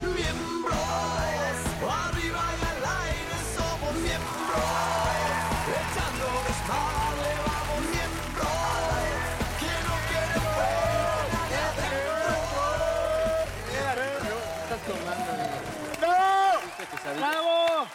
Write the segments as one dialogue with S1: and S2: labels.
S1: Miembros, arriba y al aire somos miembros, echando desmadre vamos miembros, que no
S2: ¡Bravo!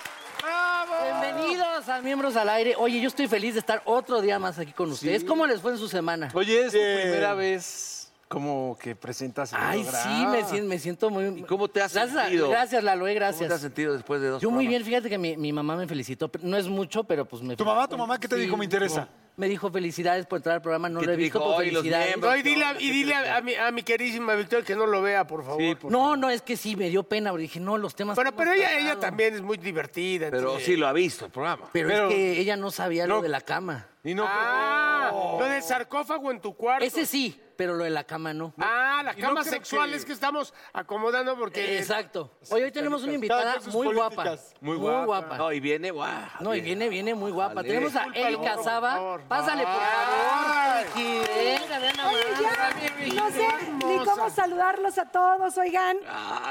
S2: Bienvenidos a Miembros al Aire. Oye, yo estoy feliz de estar otro día más aquí con ustedes. ¿Cómo les fue en su semana?
S3: Oye, es tu primera vez como que presentas el
S2: Ay, sí,
S3: programa.
S2: me siento, me siento muy...
S4: cómo te has
S2: gracias, a-
S4: sentido?
S2: Gracias, Laloe, gracias.
S4: ¿Cómo te has sentido después de dos
S2: Yo muy
S4: programas?
S2: bien, fíjate que mi, mi mamá me felicitó, pero no es mucho, pero pues me...
S3: ¿Tu mamá, tu mamá qué te dijo? Me interesa.
S2: Me dijo felicidades por entrar al programa, no
S4: ¿Qué
S2: lo he
S4: te
S2: visto,
S4: dijo?
S2: pero
S4: Ay, los
S2: felicidades.
S4: miembros.
S5: No, y dile, a, y dile a, a mi, a mi queridísima Victoria que no lo vea, por favor.
S3: Sí, por-
S2: No, no, es que sí, me dio pena, porque dije, no, los temas...
S5: bueno,
S2: que
S5: pero
S2: hemos
S5: ella, ella
S2: tratado.
S5: también es muy divertida.
S4: Pero sí lo ha visto el programa.
S2: Pero,
S3: Pero-
S2: es que ella no sabía lo de la cama.
S3: Y no,
S5: Ah, lo del sarcófago en tu cuarto.
S2: Ese sí, pero lo de la cama no.
S5: Ah, la
S3: Y no
S5: cama
S3: creo
S5: sexual
S3: que-
S5: es que estamos acomodando porque...
S2: Exacto. Hoy, hoy tenemos una invitada
S3: Cada quien sus
S2: muy guapa.
S3: políticas.
S2: Muy
S3: Muy
S2: guapa.
S3: guapa.
S4: No, y viene, guau.
S2: Ah. No, y viene, viene muy guapa.
S4: Vale.
S2: Tenemos a
S5: Disculpa,
S2: Erika
S5: por
S2: Saba.
S5: favor.
S2: Pásale, por favor.
S5: Ay.
S2: Vicky. Venga, vean nada
S6: Oye,
S2: más.
S6: ya, no sé ni
S5: hermosa.
S6: cómo saludarlos a todos, oigan.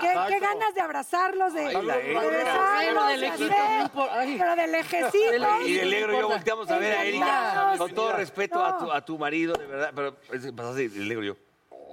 S6: Qué, qué ganas de abrazarlos, de,
S4: Ah, la
S6: de
S4: Erika.
S2: Bueno,
S6: besarlos,
S2: de
S6: de
S2: lejito,
S6: hacer,
S2: no importa. Ay.
S6: pero de
S2: De
S4: Y
S2: lejito.
S6: lejecitos.
S4: de negro y yo
S2: importa.
S4: volteamos a ver a Erika.
S6: Encantados.
S4: Con todo respeto a, tu,
S6: No.
S4: a tu marido, de verdad. Pero es- pasa así, el negro y yo.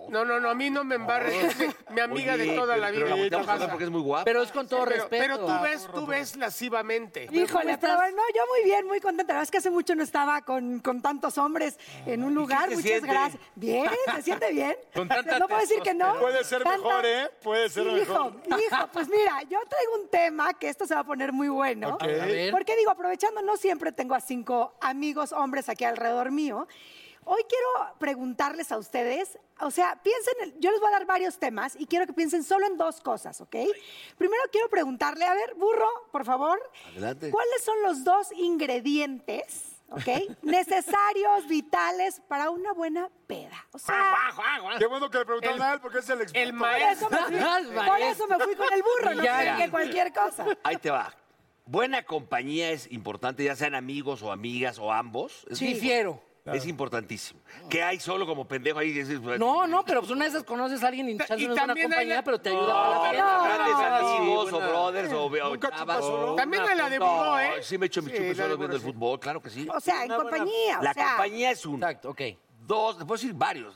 S5: No, no, no, a mí no me embarres. es mi amiga
S4: Oye,
S5: de toda
S4: pero-
S5: la
S4: Pero
S5: vida.
S4: la volteamos a
S5: Pasa.
S4: ver porque es muy guapa.
S2: Oh. Pero es con todo
S5: Pero-
S2: respeto. Ah,
S5: Pero tú ves, tú ves lascivamente.
S6: Híjole, pero no, yo muy bien, muy contenta. La verdad es que hace mucho no estaba con, con tantos hombres en un lugar.
S4: se
S6: Muchas
S4: siente?
S6: gracias. Bien, se siente bien.
S4: Con tanta
S6: no puedo decir que no.
S3: Puede ser
S6: Tanta-
S3: mejor, ¿eh? Puede ser mejor.
S6: Hijo, hijo, pues mira, yo traigo un tema que esto se va a poner muy bueno.
S3: Ok. A ver.
S6: Porque digo, aprovechando, no siempre tengo a cinco amigos hombres aquí alrededor mío. Hoy quiero preguntarles a ustedes, o sea, piensen, en- yo les voy a dar varios temas y quiero que piensen solo en dos cosas, ¿ok? Primero quiero preguntarle, a ver, burro, por favor,
S4: Adelante.
S6: ¿cuáles son los dos ingredientes, ¿ok? necesarios, vitales para una buena peda? O sea,
S3: Qué bueno que le preguntaron
S5: El-
S3: a él porque es el
S5: el
S3: experto.
S6: por
S5: maestro.
S6: eso me fui, por eso me fui con el burro, no
S2: Ya,
S6: creí
S2: ya.
S6: que cualquier cosa.
S4: Ahí te va. Buena compañía es importante, ya sean amigos o amigas o ambos. Es,
S2: Difiero.
S4: es importantísimo. Que hay solo como pendejo ahí? Es, es-
S2: No, no, pero pues una de esas conoces a alguien y
S5: Ta-
S2: chance
S5: y
S2: no es buena
S5: también hay
S2: compañía,
S5: la-
S2: pero te ayuda para la
S4: Pero
S2: fiesta.
S4: grandes
S3: no,
S4: amigos
S3: sí,
S4: o
S3: buena.
S4: brothers o, o
S3: Nunca
S4: chavas.
S3: chupas solo.
S5: También me la
S4: No,
S5: devoró, ¿eh?
S4: Sí, me echo mi
S5: Sí,
S4: chupe
S5: la
S4: solo
S5: devoró,
S4: viendo el
S5: sí.
S4: fútbol, claro que sí.
S6: O sea, en compañía, o
S4: La
S6: sea.
S4: compañía es una.
S2: Exacto, ok.
S4: Dos, te puedo decir varios.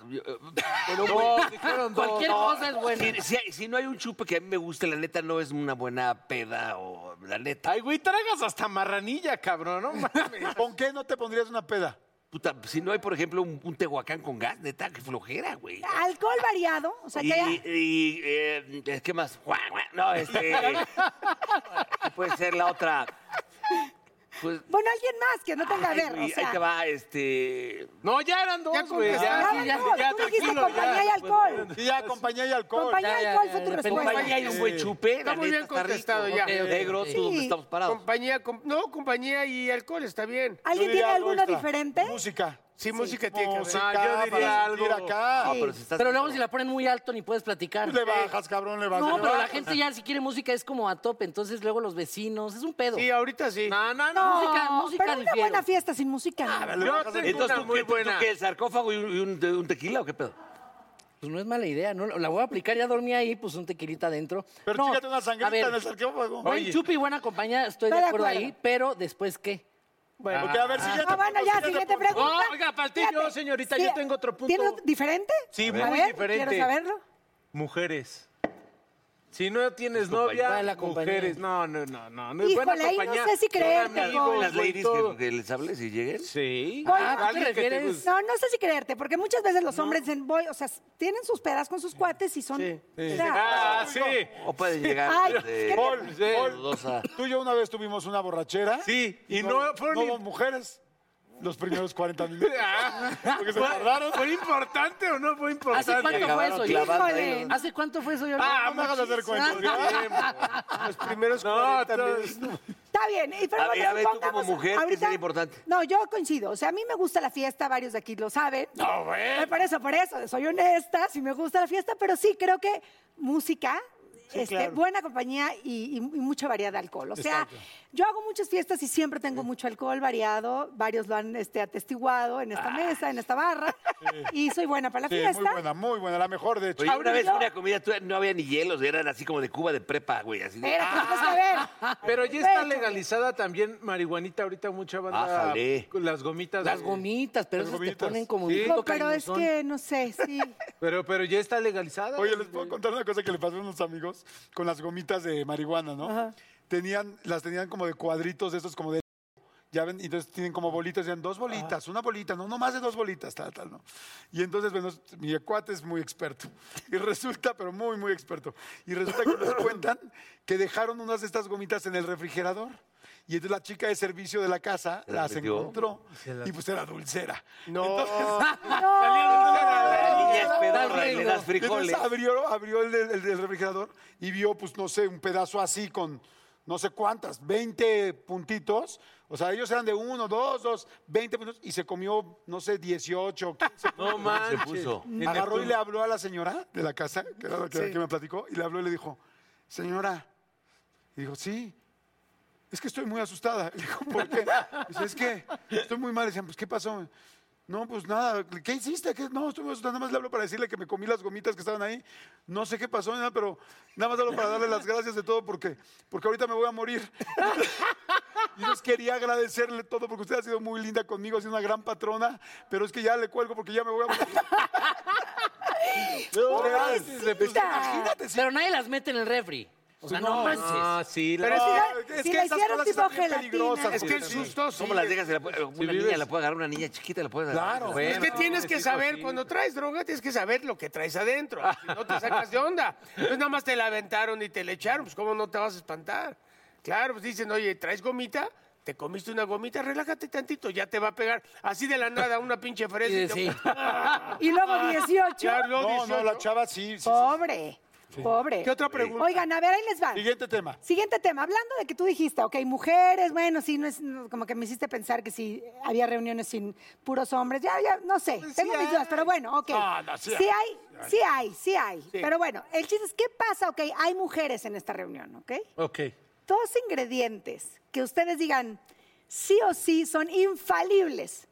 S4: Pero
S2: Cualquier cosa es buena.
S4: Si, si hay- si no hay un chupe que a mí me guste, la neta no es una buena peda o la neta.
S7: Ay, güey, tragas hasta marranilla, cabrón, ¿no?
S3: ¿Con qué no te pondrías una peda?
S4: Puta, si no hay, por ejemplo, un, un tehuacán con gas, neta, qué flojera, güey.
S6: Alcohol variado, o sea, que
S4: Y,
S6: haya...
S4: y, eh, ¿qué más? Guau, guau. No, este. ¿qué puede ser la otra? Pues.
S6: Bueno, alguien más que no tenga a
S4: ay,
S6: ver,
S4: güey,
S6: o sea...
S4: Ahí te va, este.
S7: No, ya eran dos,
S5: Ya
S7: güey.
S5: contestaste.
S7: Ya,
S6: Ah,
S7: sí, ya,
S6: no,
S7: ya,
S6: tú dijiste
S7: tranquilo,
S6: compañía y
S7: ya.
S6: alcohol.
S3: Sí, ya, compañía y alcohol.
S6: Compañía y
S2: Ya,
S6: alcohol
S2: ya,
S6: fue tu
S2: ya, depende.
S4: Compañía
S6: respuesta.
S4: y un buen chupe.
S5: Está
S4: la
S5: muy
S4: neta,
S5: bien
S4: está rico.
S5: contestado ya.
S2: Ok, ok,
S4: Negro,
S2: ok.
S4: tú dónde
S6: Sí.
S4: estamos parados.
S5: Compañía, com- no, compañía y alcohol, está bien.
S6: ¿Alguien
S3: Yo
S6: tiene
S3: diría algo
S6: alguno
S3: extra.
S6: diferente?
S3: Música.
S5: Sí, música tiene que haber.
S3: Música,
S7: yo diría
S3: para sentir
S7: algo.
S3: acá.
S4: Ah, pero si estás-
S2: Pero luego si la ponen muy alto ni puedes platicar.
S3: Le bajas, cabrón, le bajas.
S2: No,
S3: le
S2: pero la
S3: bajas.
S2: gente ya si quiere música es como a tope, entonces luego los vecinos, es un pedo.
S5: Sí, ahorita sí.
S7: No, no, no.
S6: No,
S2: música, música
S6: pero una
S2: difiero.
S6: buena fiesta sin música. no.
S3: Le
S7: Yo
S3: Ah, bajas el-
S7: tengo- una
S4: Entonces, ¿tú,
S7: muy
S4: qué, tú- tú
S7: buena.
S4: qué, el sarcófago y un, y un- un tequila o qué pedo?
S2: Pues no es mala idea, ¿no? La voy a aplicar, ya dormí ahí, pues un tequilita adentro.
S3: Pero
S2: no,
S3: chícate una
S2: a ver,
S3: sangrita en el sarcófago.
S2: Buen chupi y buena compañía, estoy de
S6: Estoy de
S2: acuerdo,
S6: acuerdo.
S2: ahí, pero después qué.
S3: Ok, a ver, siguiente.
S6: Ah, bueno, ya,
S3: punto,
S6: siguiente
S3: punto.
S6: pregunta.
S7: No, oiga, falté yo,
S6: Fíjate,
S7: señorita,
S6: sí,
S7: yo tengo otro punto.
S6: ¿Tiene otro- diferente?
S7: Sí,
S6: A
S7: muy
S6: ver,
S7: diferente.
S6: Quiero saberlo.
S7: Mujeres.
S3: Si no tienes
S2: Va
S3: novia,
S2: en la compañía.
S3: mujeres. No, no, no, no. no
S6: Híjole,
S3: buena
S6: ahí no
S3: compañía,
S6: sé si
S3: son
S6: creerte,
S3: amigos,
S6: Gol.
S4: las
S3: güey,
S4: ladies
S3: todo.
S4: que, que les hables y lleguen?
S3: Sí.
S6: Voy-
S2: Ah, ¿tú te
S3: alguien que te
S2: refieres?
S3: guste.
S6: No, no sé si creerte, porque muchas veces los hombres dicen, voy, o sea, tienen sus pedas con sus cuates y son. o sea,
S3: Ah, sí.
S4: O pueden llegar.
S6: Ay,
S4: desde
S6: qué
S8: Paul, Paul,
S4: dudosa.
S8: tú y yo una vez tuvimos una borrachera.
S3: Sí, y
S8: No,
S3: no fueron
S8: no
S3: ni-
S8: hubo mujeres los primeros 40 minutos. Porque se
S3: Ah. ¿Fue,
S8: tardaron.
S3: ¿Fue importante o no fue importante?
S2: ¿Hace cuánto fue
S4: acabaron
S2: eso?
S4: clavando
S2: Jordi?
S4: ahí
S2: ¿Hace cuánto fue eso? Jordi?
S8: Ah, me hagas hacer cuentas.
S6: Ah,
S5: Los primeros
S3: No,
S5: 40
S3: todo-
S5: minutos.
S6: Está bien, y- pero
S4: A ver,
S6: bueno,
S4: a ver, tú como
S6: pongamos-
S4: mujer, ¿qué
S6: ahorita-
S4: sería importante?
S6: No, yo coincido. O sea, a mí me gusta la fiesta, varios de aquí lo saben. No, güey. Por eso, por eso, soy honesta, sí me gusta la fiesta, pero sí creo que música. este, Buena compañía y, y- y mucha variedad de alcohol. O sea, yo hago muchas fiestas y siempre tengo mucho alcohol variado. Varios lo han este, atestiguado en esta mesa, en esta barra. Y soy buena para la
S8: Sí,
S6: fiesta.
S8: muy buena, muy buena, la mejor de hecho.
S4: Oye, una vez
S6: yo-
S4: fue una comida tuya no había ni hielos, eran así como de Cuba de prepa, güey. Así de. "Ah,
S6: Espérate, pues, a ver.
S3: Pero ya está
S6: Échale.
S3: legalizada también marihuanita ahorita mucha banda.
S4: Ájale.
S3: con las gomitas.
S2: Las
S3: de-
S2: gomitas, pero
S3: Las
S2: esas te
S3: gomitas.
S2: ponen como
S3: Sí.
S2: un
S6: No,
S2: poco
S6: pero es
S2: cariñosón.
S6: que no sé, sí.
S3: Pero, pero ya está legalizada.
S8: Oye, les puedo contar una cosa que le pasó a unos amigos con las gomitas de marihuana, ¿no? Tenían, las tenían como de cuadritos de estos como de ya ven, y entonces tienen como bolitas, decían dos bolitas, una bolita, no, no más de dos bolitas, tal, tal, ¿no? Y entonces, bueno, mi cuate es muy experto. Y resulta, pero muy, muy experto. Y resulta que nos cuentan que dejaron unas de estas gomitas en el refrigerador. Y entonces la chica de servicio de la casa
S4: ¿Se las
S8: las
S4: metió?
S8: encontró y pues era dulcera.
S5: No.
S4: La niña es pedorra y
S2: Dale,
S4: le das frijoles.
S8: Entonces abrió, abrió el, del- el del refrigerador y vio, pues no sé, un pedazo así con no sé cuántas, 20 puntitos. O sea, ellos eran de uno, dos, dos, 20 puntos y se comió, no sé, 18, 15
S3: No
S4: Se
S3: manches.
S4: puso.
S8: Agarró y le habló a la señora de la casa, que era la que, que me platicó, y le habló y le dijo, señora. Y dijo, sí, es que estoy muy asustada. Le dijo, ¿por qué? Dice, es que estoy muy mal. Decían, pues, ¿qué pasó? No, pues nada, ¿qué hiciste? ¿Qué? No, estoy muy asustada. Nada más le hablo para decirle que me comí las gomitas que estaban ahí. No sé qué pasó, nada, pero nada más hablo para darle las gracias de todo porque, porque ahorita me voy a morir. Y yo les quería agradecerle todo porque usted ha sido muy linda conmigo, ha sido una gran patrona, pero es que ya le cuelgo porque ya me voy a morir. No, real,
S6: Pobrecita.
S8: pues, imagínate, sí.
S2: Pero nadie las mete en el refri. O sea, no, manches.
S3: Ah, sí. la-
S5: Pero si
S8: Ah,
S6: la- si la hicieron tipo
S8: están bien
S6: gelatina.
S8: peligrosas.
S5: Es que el
S8: Sí.
S5: susto sí.
S4: ¿Cómo las dejas? Se la puede- Una niña
S3: vives-
S4: la puede agarrar, una niña chiquita la puede agarrar.
S8: Claro.
S5: Es que tienes que saber, cuando traes droga, tienes que saber lo que traes adentro. Si no te sacas de onda. Pues nada más te la aventaron y te la echaron, pues cómo no te vas a espantar. Claro, pues dicen, oye, ¿traes gomita? Te comiste una gomita, relájate tantito, ya te va a pegar. Así de la nada, una pinche fresa.
S2: Sí,
S5: y te-
S2: sí.
S6: Y luego 18.
S5: Claro, luego
S8: No, no,
S5: 18.
S8: la chava sí. sí, sí.
S6: Pobre, pobre.
S5: ¿Qué otra pregunta?
S6: Oigan, a ver, ahí les va.
S8: Siguiente tema.
S6: Siguiente tema, hablando de que tú dijiste, ok, mujeres, bueno, sí, no es no, como que me hiciste pensar que si había reuniones sin puros hombres, ya, ya, no sé, tengo mis dudas, pero bueno, ok.
S8: No, no, sí
S6: sí hay, sí hay, sí hay. Pero bueno, el chiste es, ¿qué pasa? Ok, hay mujeres en esta reunión, ok.
S3: Ok.
S6: Dos ingredientes que ustedes digan sí o sí son infalibles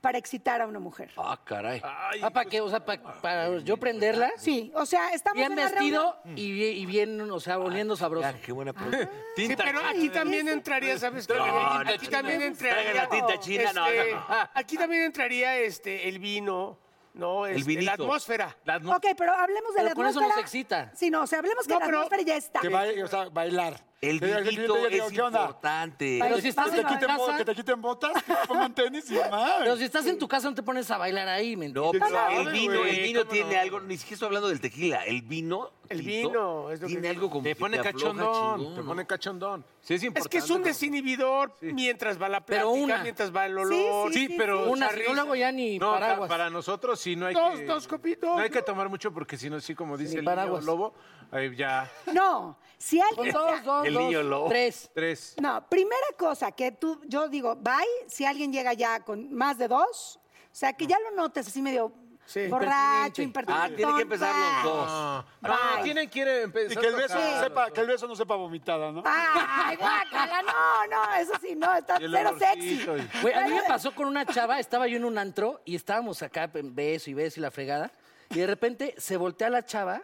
S6: para excitar a una mujer.
S4: Ah, caray.
S2: Ah, ¿para qué? O sea, pa- para, yo prenderla.
S6: Sí, o sea, estamos
S2: Bien
S6: en la reunión-
S2: vestido y bien, y bien, o sea, oliendo sabroso.
S4: Ah, qué buena pregunta.
S5: Sí, pero aquí también entraría, ¿sabes qué?
S4: no,
S5: aquí
S4: no,
S5: también
S4: no.
S5: entraría.
S4: Traigan la tinta china, no,
S5: este,
S4: no, no.
S5: Aquí también entraría este, el vino, ¿no? Este,
S4: vinito.
S5: la atmósfera.
S3: Las no-
S6: Ok, pero hablemos de
S2: Pero
S6: la
S2: con eso
S6: atmósfera.
S2: nos excita.
S6: Sí, no, o sea, hablemos que
S5: No,
S6: la
S5: pero-
S6: atmósfera ya está.
S8: Que baile, o sea, bailar.
S4: El
S8: Que diga- que yo
S4: vinito
S8: te diga,
S4: es
S8: ¿qué onda?
S4: importante.
S2: Pero si estás
S8: Que te,
S2: en tu
S8: quiten, bo-
S2: casa,
S8: que te quiten botas, que te pongan tenis y demás.
S2: pero si estás en tu casa no te pones a bailar ahí, ¿me
S4: No, pues,
S2: entiendes?
S4: pero
S8: sabe,
S4: el vino,
S8: güey?
S4: el vino
S8: ¿Cómo
S4: tiene
S8: no?
S4: algo, ni siquiera estoy hablando del tequila, el vino.
S5: El
S4: tinto
S5: vino, es lo que-
S4: tiene algo como
S3: Te
S4: que
S3: pone
S4: afloja
S3: cachondón.
S4: chingón,
S3: te
S4: ¿no?
S3: pone cachondón. Sí, es
S5: Es
S3: importante.
S5: que es un
S3: ¿no?
S5: desinhibidor mientras va la plática,
S2: Pero una.
S5: mientras va el olor.
S6: Sí,
S3: Sí, pero.
S2: Una,
S3: o sea,
S2: si no luego ya ni
S3: No, pa-
S2: paraguas.
S3: para nosotros sí no hay
S5: Dos,
S3: que...
S5: dos copitos,
S3: No hay
S5: ¿no?
S3: que tomar mucho porque si no, sí, como dice el niño
S2: paraguas.
S3: lobo, ahí ya
S6: No, si alguien.
S2: Con dos, dos,
S4: El
S2: dos,
S4: niño lobo.
S2: tres.
S3: tres.
S6: No, primera cosa que tú, yo digo, bye, si alguien llega ya con más de dos, o sea, que ya lo notes así medio
S5: Sí.
S6: borracho, impertinente.
S4: Ah, tiene que empezar los dos.
S3: No,
S6: Bye.
S3: tienen que ir empezando
S8: Y que el beso
S3: acá.
S8: no sepa, que el beso no sepa vomitada, ¿no?
S9: Ah,
S6: Ay, guácala, no, no, eso sí, no, está
S3: Y el
S6: cero sexy.
S3: olorcito y-
S2: Güey, a mí me pasó con una chava, estaba yo en un antro y estábamos acá en beso y beso y la fregada. Y de repente se voltea la chava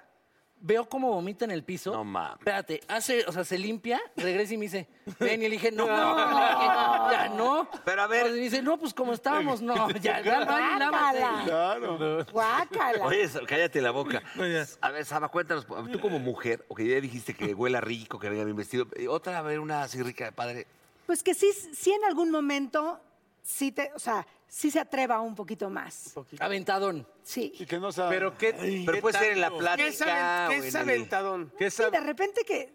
S2: Veo cómo vomita en el piso. No mames. Espérate, hace, o sea, se limpia, regresa y me dice, ven, y le dije, no, no, le dije, ya no. Pero a ver. me dice, no, pues como estábamos, no, ya, ve al baño y lávate.
S6: Guácala.
S4: Claro.
S6: Guácala.
S4: Oye, Saba, cállate la boca. A ver, Saba, cuéntanos, tú como mujer, o que ya dijiste que huela rico, que venga bien vestido, eh, otra, a ver, una así rica, padre.
S6: Pues que sí, sí en algún momento, sí te, o sea, sí se atreva un poquito más.
S2: Aventadón.
S6: Sí.
S8: Y que no sabe.
S3: Pero qué.
S4: Pero
S3: qué
S4: puede ser en la
S3: tanto?
S4: plática.
S5: ¿Qué es aven-
S4: o
S5: qué
S4: en
S5: es
S4: el-
S5: aventadón?
S3: ¿Qué
S6: Sí, de
S3: sabe?
S6: repente que,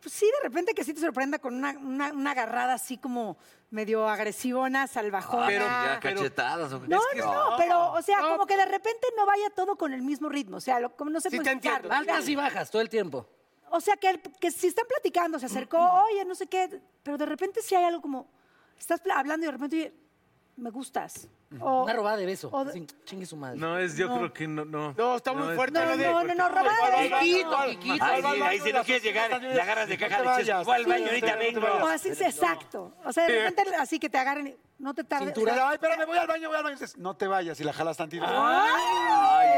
S6: pues sí, de repente que sí te sorprenda con una, una, una agarrada así como medio agresivona, salvajona.
S4: Ah, Pero, ya, cachetadas. o qué?
S6: No,
S4: Es que-
S6: no, no, pero, o sea, como que de repente no vaya todo con el mismo ritmo. O sea, lo- como no sé
S5: Sí,
S6: cómo
S5: te entiendo.
S6: explicarlo.
S2: Altas y bajas todo el tiempo.
S6: O sea, que, el- que si están platicando, se acercó, oye, no sé qué, pero de repente sí hay algo como, estás pla- hablando y de repente, oye, me gustas. O,
S2: Una robada de beso.
S6: o de-
S2: así, Chingue su madre.
S3: No, es, yo creo que no, no.
S5: No, está muy
S3: No, Ah,
S5: fuerte.
S6: no,
S5: lo de-
S6: no, no, no, robada de beso.
S2: Quiquito, quiquito.
S4: Ahí sí, ahí sí no quieres llegar, le agarras de caja de chesco. Voy al baño, ahorita vengo.
S6: O así, sí, exacto. O sea, de repente así que te agarren, y no te tardes.
S8: Pero, Ay, espérame, voy al baño, voy al baño. Dices, no te vayas y la jalas tantito.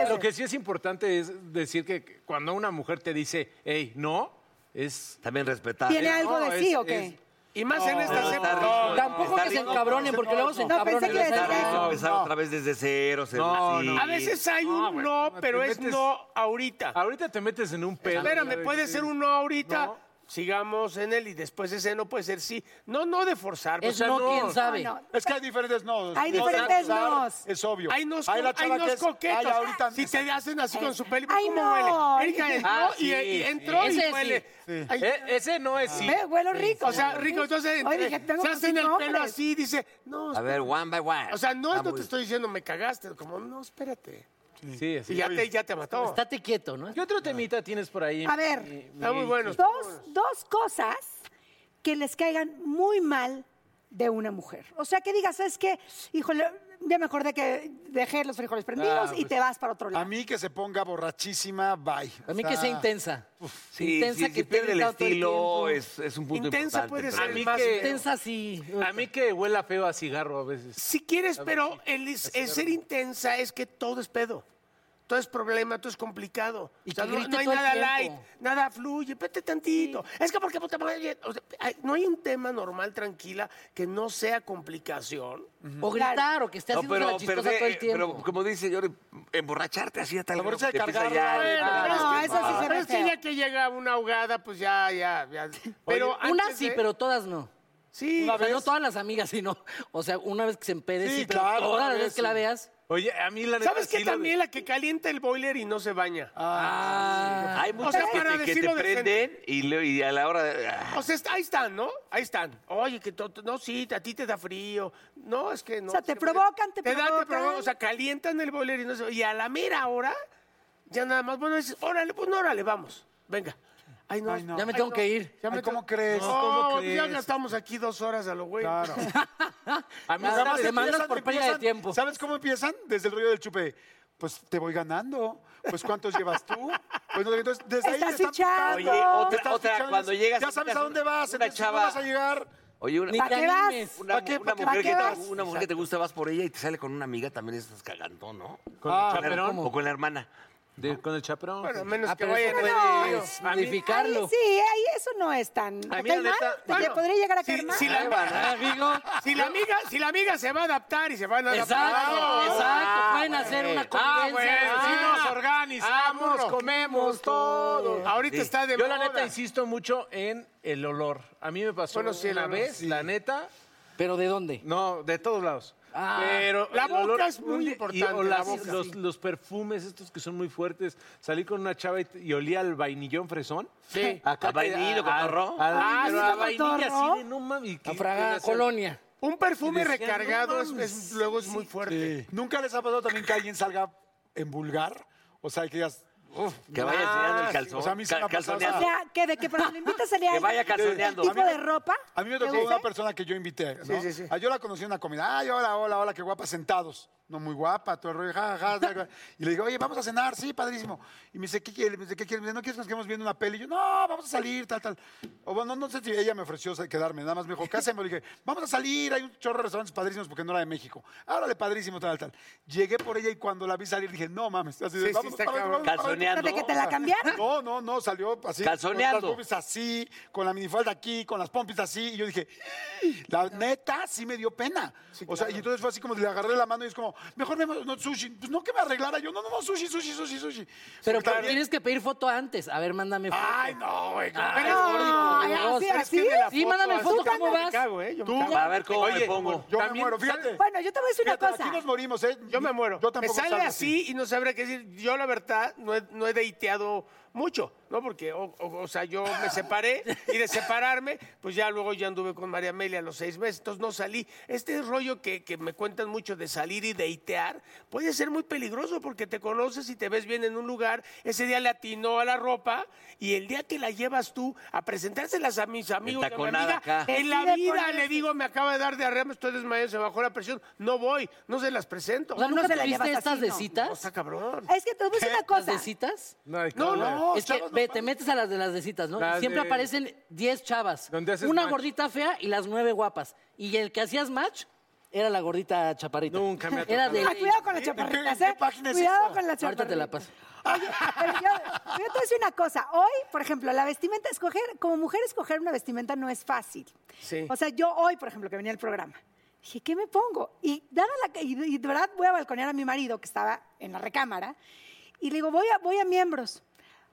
S3: Lo que sí es importante es decir que cuando una mujer te dice, hey, no, es.
S4: También respetar.
S6: ¿Tiene
S4: Eh,
S6: algo
S3: no,
S6: de
S3: es-
S6: sí o qué?
S3: es-
S5: Y más en
S4: pero
S5: estas
S4: está
S5: épocas.
S4: rico,
S5: No,
S2: Tampoco
S4: está
S2: que se
S4: rico.
S2: encabronen, porque luego se
S6: No, pensé
S2: encabronen.
S6: que ibas a
S4: Está
S2: ¿sabes?
S6: decir
S4: rico
S6: eso.
S4: empezar otra vez desde cero. ser
S3: No,
S4: así.
S3: no.
S5: A veces hay
S3: No,
S5: un
S3: güey,
S5: no,
S3: no te
S5: pero es
S3: metes-
S5: no ahorita.
S3: Ahorita te metes en un pedo.
S5: Espérame, puede ser un no ahorita.
S3: No.
S5: Sigamos en él y después ese no puede ser sí. No, no de forzar. pues,
S2: Es no, quién sabe.
S6: No, no.
S8: Es que hay diferentes no.
S6: Hay diferentes nos.
S8: Es obvio.
S5: Hay nos,
S8: Hay la
S5: hay
S8: chava
S5: nos
S8: que es,
S5: coquetos.
S8: Ay, ahorita
S5: si te hacen así con su peli,
S6: Ay,
S5: ¿cómo
S6: no.
S5: huele? Erika entró
S3: Ah,
S5: y, eh,
S3: sí,
S5: y entró
S2: sí. Ese
S5: y huele.
S8: sí.
S5: Ay,
S3: Eh, ese no es sí.
S6: Ve, huelo rico.
S5: o sea, rico, entonces
S6: Oye,
S5: entre-
S6: dije, tengo
S5: se hacen el
S6: hombres.
S5: pelo así, dice, no,
S4: A ver, one by one.
S5: o sea, no,
S4: Está
S5: no
S4: muy-
S5: te estoy diciendo me cagaste, como, no, espérate.
S3: Sí, así.
S5: Y ya te, ya te mató.
S2: Estate quieto, ¿no?
S3: ¿Qué otro temita tienes por ahí?
S6: A ver.
S3: mi- mi-
S5: Está muy bueno.
S6: dos, dos cosas que les caigan muy mal de una mujer. O sea, que digas, es que, híjole, ya me acordé que dejé los frijoles prendidos
S8: Ah,
S6: y
S8: pues,
S6: te vas para otro lado.
S8: A mí que se ponga borrachísima, bye.
S2: A mí
S8: O
S2: que sea
S8: sea,
S2: intensa.
S4: Sí, sí, si pierde el
S2: tanto
S4: estilo,
S2: tiempo.
S4: es, es un punto
S5: Intensa
S4: importante.
S5: puede
S4: pero-
S5: ser
S3: A mí
S5: más
S3: que-
S5: feo.
S2: Intensa sí.
S3: A mí que huela feo a cigarro a veces.
S5: Si quieres, pero el, es- el ser intensa es que todo es pedo. Todo es problema, todo es complicado.
S2: Y
S5: O sea,
S2: que
S5: no,
S2: grite
S5: no hay
S2: todo el
S5: nada light,
S2: tiempo.
S5: nada fluye, vete tantito. Es que porque puta madre, o sea, hay- no hay un tema normal, tranquila, que no sea complicación.
S2: O gritar, o que esté
S4: No,
S2: haciendo
S4: pero,
S2: la chistosa
S4: pero ve,
S2: todo el
S4: pero
S2: tiempo.
S4: como dice yo, emborracharte así a tal
S8: Emborracharse
S4: grado que
S8: de
S4: te empieza
S8: cargarla,
S4: ya-
S5: Bueno, pero
S6: no,
S5: es que-
S6: eso sí se ve
S5: pero es que
S6: feo.
S5: ya que llega una ahogada, pues ya, ya, ya. Pero
S2: Una
S5: antes
S2: sí,
S5: de-
S2: pero todas no.
S5: Sí,
S2: O sea, no todas las amigas, sino. O sea, una vez que se empede,
S8: Sí,
S2: sí, pero
S8: claro,
S2: todas las
S8: una
S2: veces
S8: vez
S2: que la
S8: sí.
S2: veas.
S3: Oye, a mí la neta
S5: ¿Sabes qué
S3: sí lo de-
S5: también? La que calienta el boiler y no se baña.
S2: Ah,
S4: Hay muchas
S5: sea,
S4: que,
S5: para
S4: te- que te
S5: decirlo decente.
S4: prenden y, luego- y a la hora de... ah,
S5: O sea, está- ahí están, ¿no? Ahí están. Oye, que to- to- no, sí, a ti te da frío. No, es que no.
S6: O sea,
S5: es
S6: te
S5: que-
S6: provocan, te
S5: da,
S6: provocan.
S5: O sea, calientan el boiler y no sé. Y a la mera hora, ya nada más, bueno, dices, órale, pues no, órale, vamos. Venga. Ay, no.
S8: Ay, no.
S2: Ya me tengo que ir.
S8: Ay, ¿Cómo crees?
S5: No,
S3: ¿cómo
S5: pues ya
S3: crees?
S5: gastamos aquí dos horas a lo güey.
S8: Claro.
S3: A mí
S2: Nada
S3: ¿sabes
S2: más
S3: qué?
S2: te mandas por pérdida de
S8: empiezan-
S2: tiempo.
S8: ¿Sabes cómo empiezan? Desde el rollo del chupe. Pues te voy ganando. Pues cuántos llevas tú. Pues no, entonces desde ahí te
S6: Estás
S8: están
S6: fichando.
S8: picando,
S4: Oye, otra-
S8: te están
S4: otra,
S8: fichando,
S4: cuando
S8: dices,
S4: llegas y
S8: Ya sabes
S4: quitas
S8: a dónde
S4: una-
S8: vas,
S4: una
S8: entonces no
S4: chava.
S8: vas a llegar.
S4: Oye, una,
S2: Ni
S6: ¿Para
S2: te
S6: qué vas?
S2: animes.
S4: una,
S5: ¿Para qué-
S4: una
S5: para qué-
S4: mujer, que
S6: para qué
S4: te,
S6: vas?
S4: una mujer que te gusta, vas por ella y te sale con una amiga, también estás cagantón, ¿no?
S3: ¿Con el
S4: Con la-
S3: chaperón?
S4: o con la hermana.
S3: De- ¿Con el chaperón?
S5: Bueno, a menos
S2: Ah,
S5: que
S2: pero
S5: vaya
S2: eso puedes modificarlo.
S6: Ahí sí, ahí eso no es tan.
S3: A
S6: ¿Te
S3: mí,
S6: cae
S3: la
S6: mal?
S3: neta,
S6: ¿Te
S3: bueno,
S6: podría llegar a caer
S5: si,
S6: mal?
S5: si la amiga,
S2: Amigo.
S5: si la amiga, si la amiga se va a adaptar y se van a
S2: Exacto,
S5: adaptar. Ah,
S2: exacto. Pueden hacer una
S3: Ah, bueno,
S2: convivencia.
S3: sí
S2: Ah,
S3: nos organizamos,
S5: burro.
S3: comemos todo.
S5: Ahorita está de
S3: Yo la
S5: moda.
S3: neta insisto mucho en el olor. A mí me pasó
S5: Bueno, sí, el
S3: una
S5: olor,
S3: vez, la neta,
S2: ¿Pero de dónde?
S3: no, de todos lados.
S2: Ah.
S3: Pero
S5: La
S3: el
S5: boca
S3: olor,
S5: es muy
S3: un día-
S5: importante,
S3: o
S5: la
S3: las-
S5: boca.
S3: Los, los perfumes estos que son muy fuertes. Salí con una chava y, y olía al vainillón fresón.
S5: Sí.
S3: Acá
S4: ¿A vainillo,
S3: a-
S4: cotorro?
S3: a-
S5: Ah,
S3: a- pero
S5: ¿sí
S3: a
S5: está
S3: vainilla
S5: cotorro?
S3: así de no mames.
S2: A Fraga, Colonia.
S5: Un perfume
S3: Y decía,
S5: recargado
S3: no
S5: es-
S3: mames.
S5: es- luego es muy fuerte.
S8: ¿Nunca les ha pasado también que alguien salga en vulgar? O sea, que digas, uf,
S4: Que vaya enseñando el calzón.
S8: o sea, a mí Ah, sí me
S4: cal-
S8: ha pasado.
S6: O
S4: calzoneando.
S6: sea, que de que por ejemplo, le invitas a salir
S4: Que
S6: a
S4: vaya
S6: alguien,
S4: calzoneando.
S6: ¿El tipo de ropa?
S8: A mí me
S6: que
S8: tocó una
S6: use?
S8: persona que yo invité. ¿no?
S5: Sí, sí, sí.
S8: Ah, Yo la conocí en una comida. Ay, hola, hola, hola, qué guapa, sentados. No muy guapa, todo el rollo, ja, ja, ja, ja. Y le digo, oye, vamos a cenar, sí, padrísimo. Y me dice, ¿qué quieres? Me dice, ¿qué quieres? Me dice, ¿no quieres que nos quedemos viendo una peli? Y yo, no, vamos a salir, tal, tal. O bueno, no sé si ella me ofreció sa- quedarme, nada más me dijo, ¿qué hacemos? Le dije, vamos a salir, hay un chorro de restaurantes padrísimos porque no era de México. "Ah, Órale, padrísimo, tal, tal. Llegué por ella y cuando la vi salir dije, no mames, así de,
S5: Sí, sí,
S8: vamos,
S5: está
S8: para adentro,
S5: cabrón.
S8: vamos para adentro,
S4: ¿Calzoneando?
S6: de que te la cambiaron.
S8: No, no, no, salió así.
S4: Calzoneando.
S8: Con las boobies así, con la minifalda aquí, con las pompis así. Y yo dije, la neta sí me dio pena. o sea, y entonces fue así como le agarré la mano y es como, mejor me no, sushi. Pues no que me arreglara yo. No, no, no, sushi, sushi, sushi, sushi.
S2: Pero,
S8: Porque
S2: pero
S8: también-
S2: tienes que pedir foto antes. A ver, mándame foto.
S8: Ay, no, güey.
S2: Ay,
S8: Pero-
S2: gordo,
S6: No,
S2: Dios.
S6: así, así.
S2: Sí, mándame foto, ¿cómo vas?
S5: eh,
S8: Tú,
S4: A ver cómo me
S3: Oye,
S4: pongo.
S8: yo me
S3: También
S8: muero,
S3: sale-
S8: fíjate.
S6: Bueno, yo te voy a decir una
S8: Fíjate,
S6: cosa.
S8: aquí nos morimos, ¿eh?
S5: Yo me muero.
S8: Yo tampoco
S5: me sale
S8: salgo
S5: así y no sabré qué decir. Yo, la verdad, no he, no he deiteado mucho, ¿no? Porque, o, o- o sea, yo me separé y de separarme, pues ya luego ya anduve con María Amelia a los seis meses, entonces no salí. Este rollo que, que me cuentan mucho de salir y deitear puede ser muy peligroso porque te conoces y te ves bien en un lugar, ese día le atinó a la ropa y el día que la llevas tú a presentárselas a mis amigos, y a mi
S4: taconada
S5: amiga,
S4: acá.
S5: en la
S6: Decide
S5: vida
S6: ponerse.
S5: le digo, me acaba de dar diarrea, me estoy desmayando, se bajó la presión, no voy, no se las presento.
S2: O sea,
S6: Nunca
S2: ¿no
S6: te la
S2: tuviste
S6: llevas
S2: estas
S6: así,
S2: de
S6: no.
S2: citas?
S5: O sea, cabrón.
S6: Es que te voy a decir una
S2: ¿Las
S6: cosa.
S2: de citas?
S3: No,
S5: No, no.
S2: es que
S8: chavos, no
S2: ve, te
S8: mames.
S2: metes a las de las de citas, ¿no?
S3: Las
S2: Y siempre
S3: de-
S2: aparecen 10 chavas.
S3: Donde haces
S2: una
S3: match.
S2: gordita fea y las nueve guapas. Y el que hacías match era la gordita chaparrita.
S3: Nunca me ha
S2: Era de...
S6: Ah, cuidado con las chaparritas, ¿eh? cuidado con las chaparritas.
S2: Ahorita te la paso.
S6: Oye, pero yo, yo te voy a decir una cosa. Hoy, por ejemplo, la vestimenta, escoger, como mujer, escoger una vestimenta no es fácil.
S5: Sí.
S6: O sea, yo hoy, por ejemplo, que venía el programa, dije, ¿qué me pongo? Y, dada la, y, y de verdad voy a balconear a mi marido, que estaba en la recámara, y le digo, voy a, voy a miembros.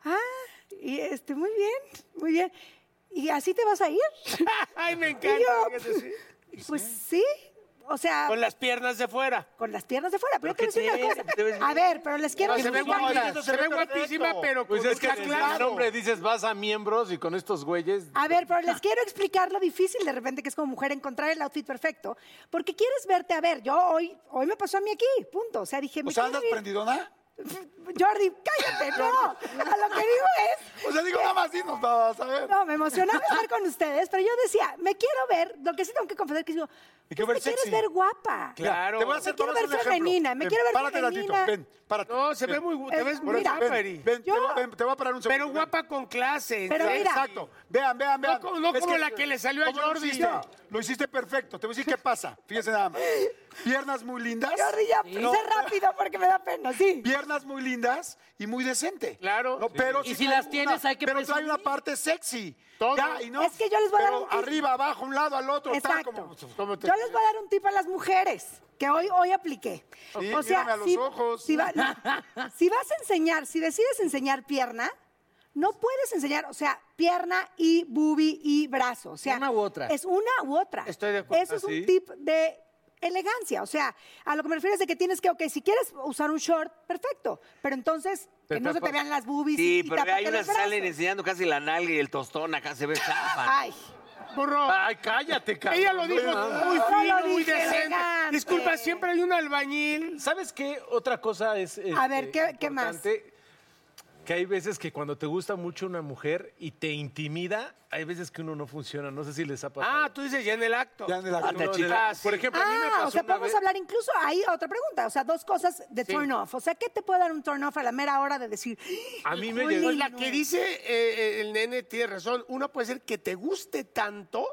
S6: Ah, y este, muy bien, muy bien. ¿Y así te vas a ir?
S5: Ay, me
S6: Y
S5: encanta.
S6: yo,
S5: fíjate, sí.
S6: Pues sí. O sea,
S5: Con las piernas de fuera.
S6: con las piernas de fuera. Pero,
S4: ¿Pero
S6: yo te voy a
S4: qué
S6: decir una
S4: tiene? Te ves-
S6: cosa. A ver, pero les quiero
S5: No, se ve
S6: decir una
S5: guapísima,
S6: cosa.
S5: se ve guapísima, pero
S3: Pues
S5: con
S3: es que
S5: está
S3: desde el
S5: claro.
S3: nombre dices, vas a miembros y con estos güeyes...
S6: A ver, pero les quiero explicar lo difícil de repente que es como mujer encontrar el outfit perfecto, porque quieres verte, a ver, yo hoy, hoy me pasó a mí aquí, punto. O sea, dije,
S8: O
S6: me
S8: sea,
S6: quiero
S8: ¿Pues andas
S6: ir-
S8: prendidona.
S6: Jordi, cállate, no. A lo que digo es,
S8: O sea, digo, nada más dinos, nada más, a ver.
S6: no, me emocionaba estar con ustedes, pero yo decía, me quiero ver, lo que sí tengo que confesar que digo,
S8: Me quiero
S6: pues,
S8: ver
S6: te quieres
S8: sexy.
S6: ver guapa.
S8: Mira,
S5: Claro.
S8: Te voy a hacer,
S6: Me quiero
S8: te voy a hacer
S6: ver
S8: un ejemplo.
S6: femenina, me
S8: Ven,
S6: quiero ver
S8: párate
S6: femenina.
S8: tantito, ven, párate.
S5: No, se ve
S8: Ven.
S5: muy gu- te
S6: Es-
S5: ves
S8: Por
S5: muy
S8: eso,
S6: mira,
S5: guapa,
S8: ven,
S5: Eri.
S8: ven, te,
S6: Yo-
S8: voy- ven, te voy a parar un segundo.
S5: Pero
S8: ven.
S5: guapa con clase.
S6: Pero
S5: ¿sí?
S6: mira.
S8: Exacto. Vean, vean, vean.
S5: No como- no como la que le salió a
S8: ¿cómo lo
S5: Jordi?
S8: hiciste?
S5: Yo.
S8: Lo hiciste perfecto. Te voy a decir qué pasa. Fíjense nada más. Piernas muy lindas.
S6: Jordi, ya,
S8: No,
S6: sé rápido porque me da pena, sí.
S8: Piernas muy lindas y muy decente.
S5: Claro.
S8: No, pero
S2: Y
S8: sí
S2: si
S8: trae
S2: las tienes, hay que
S8: Pero trae
S2: presumir.
S8: una parte sexy.
S5: Todo.
S8: Ya, y no,
S6: Es que yo les voy a dar
S8: pero
S6: un tip.
S8: arriba, abajo, un lado, al otro. Tal,
S6: Exacto.
S8: como,
S6: Yo les voy a dar un tip a las mujeres que hoy, hoy apliqué.
S8: Sí, mírame a los ojos.
S6: Si, va- no, si vas a enseñar, si decides enseñar pierna, no puedes enseñar, o sea, pierna y boobie y brazo. O sea,
S2: Una u otra.
S6: Es una u otra.
S5: Estoy de acuerdo.
S6: Eso es
S3: ¿Ah, sí?
S6: un tip de elegancia. O sea, a lo que me refiero es de que tienes que, ok, si quieres usar un short, perfecto. Pero entonces, que no se te
S3: tapas.
S6: vean las boobies. y-
S4: Sí,
S6: y
S4: pero hay
S6: tápate
S4: unas
S6: los
S4: que salen
S6: brazos.
S4: enseñando casi la nalga y el tostón acá se ve chapa.
S6: Ay.
S5: Burro.
S3: Ay, cállate, cabrón.
S5: Ella lo dijo Ah, muy
S6: Yo
S5: fino,
S6: lo
S5: muy
S6: dije
S5: decente.
S6: elegante.
S5: Disculpa, siempre hay un albañil.
S3: ¿Sabes qué? Otra cosa es. este,
S6: A ver, ¿qué- qué más?
S3: importante, Que hay veces que cuando te gusta mucho una mujer y te intimida, hay veces que uno no funciona. No sé si les ha pasado.
S5: Ah, tú dices ya en el acto.
S8: Ya en el acto.
S5: Ah, te
S3: Uno de la-
S5: chicas.
S3: Por ejemplo, a mí me
S6: Ah,
S3: pasó
S6: o sea,
S3: una
S6: podemos
S3: vez.
S6: hablar incluso ahí otra pregunta, o sea, dos cosas de turn off. O sea, ¿qué te puede dar un turn off a la mera hora de decir?
S3: A mí me
S6: "Híjole,
S3: llegó-
S5: Pues la que dice eh, eh, el nene tiene razón. Uno puede ser que te guste tanto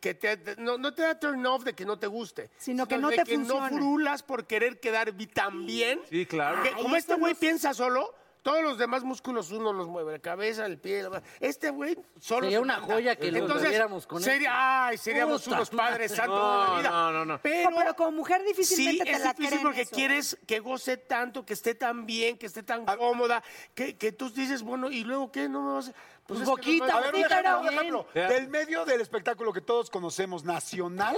S5: que te- te- no, no te da turn off de que no te guste.
S6: Sino que no
S5: de
S6: te
S5: que
S6: funciona.
S5: no frulas por querer quedar bi- tan
S6: Ah.
S5: bien.
S3: Sí, claro.
S5: que
S6: Ay,
S5: como este
S6: eso
S5: güey
S6: no-
S5: piensa solo, todos los demás músculos uno los mueve. La cabeza, el pie. la mano. Este güey solo...
S2: Sería
S5: se
S2: una
S5: manda.
S2: joya que lo
S5: Entonces,
S2: tuviéramos con
S5: sería,
S2: esto.
S5: Ay, seríamos
S2: Puta
S5: unos padres
S2: madre.
S5: santos de la
S3: No,
S5: vida.
S3: no, no, no.
S5: Pero,
S6: No, pero como mujer difícilmente
S5: sí,
S6: te la
S5: es difícil
S6: creen
S5: porque
S6: eso.
S5: quieres que goce tanto, que esté tan bien, que esté tan
S3: Ah.
S5: cómoda, que, que tú dices, bueno, ¿y luego qué? No me vas a... Pues es que no
S2: poquito,
S5: me-
S8: A ver, un
S6: Sí,
S8: ejemplo,
S6: pero-
S8: un ejemplo.
S3: Bien.
S8: Del medio del espectáculo que todos conocemos, nacional,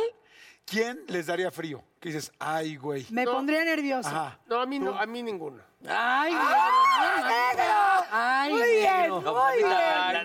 S8: ¿quién les daría frío? Que dices, ay, güey.
S6: Me pondría nervioso.
S8: Ajá.
S5: No, a mí no, a mí ninguna.
S2: ¡Ay,
S6: ¡Ah,
S2: Ay,
S6: negro! Muy bien,
S2: negro.
S6: muy bien.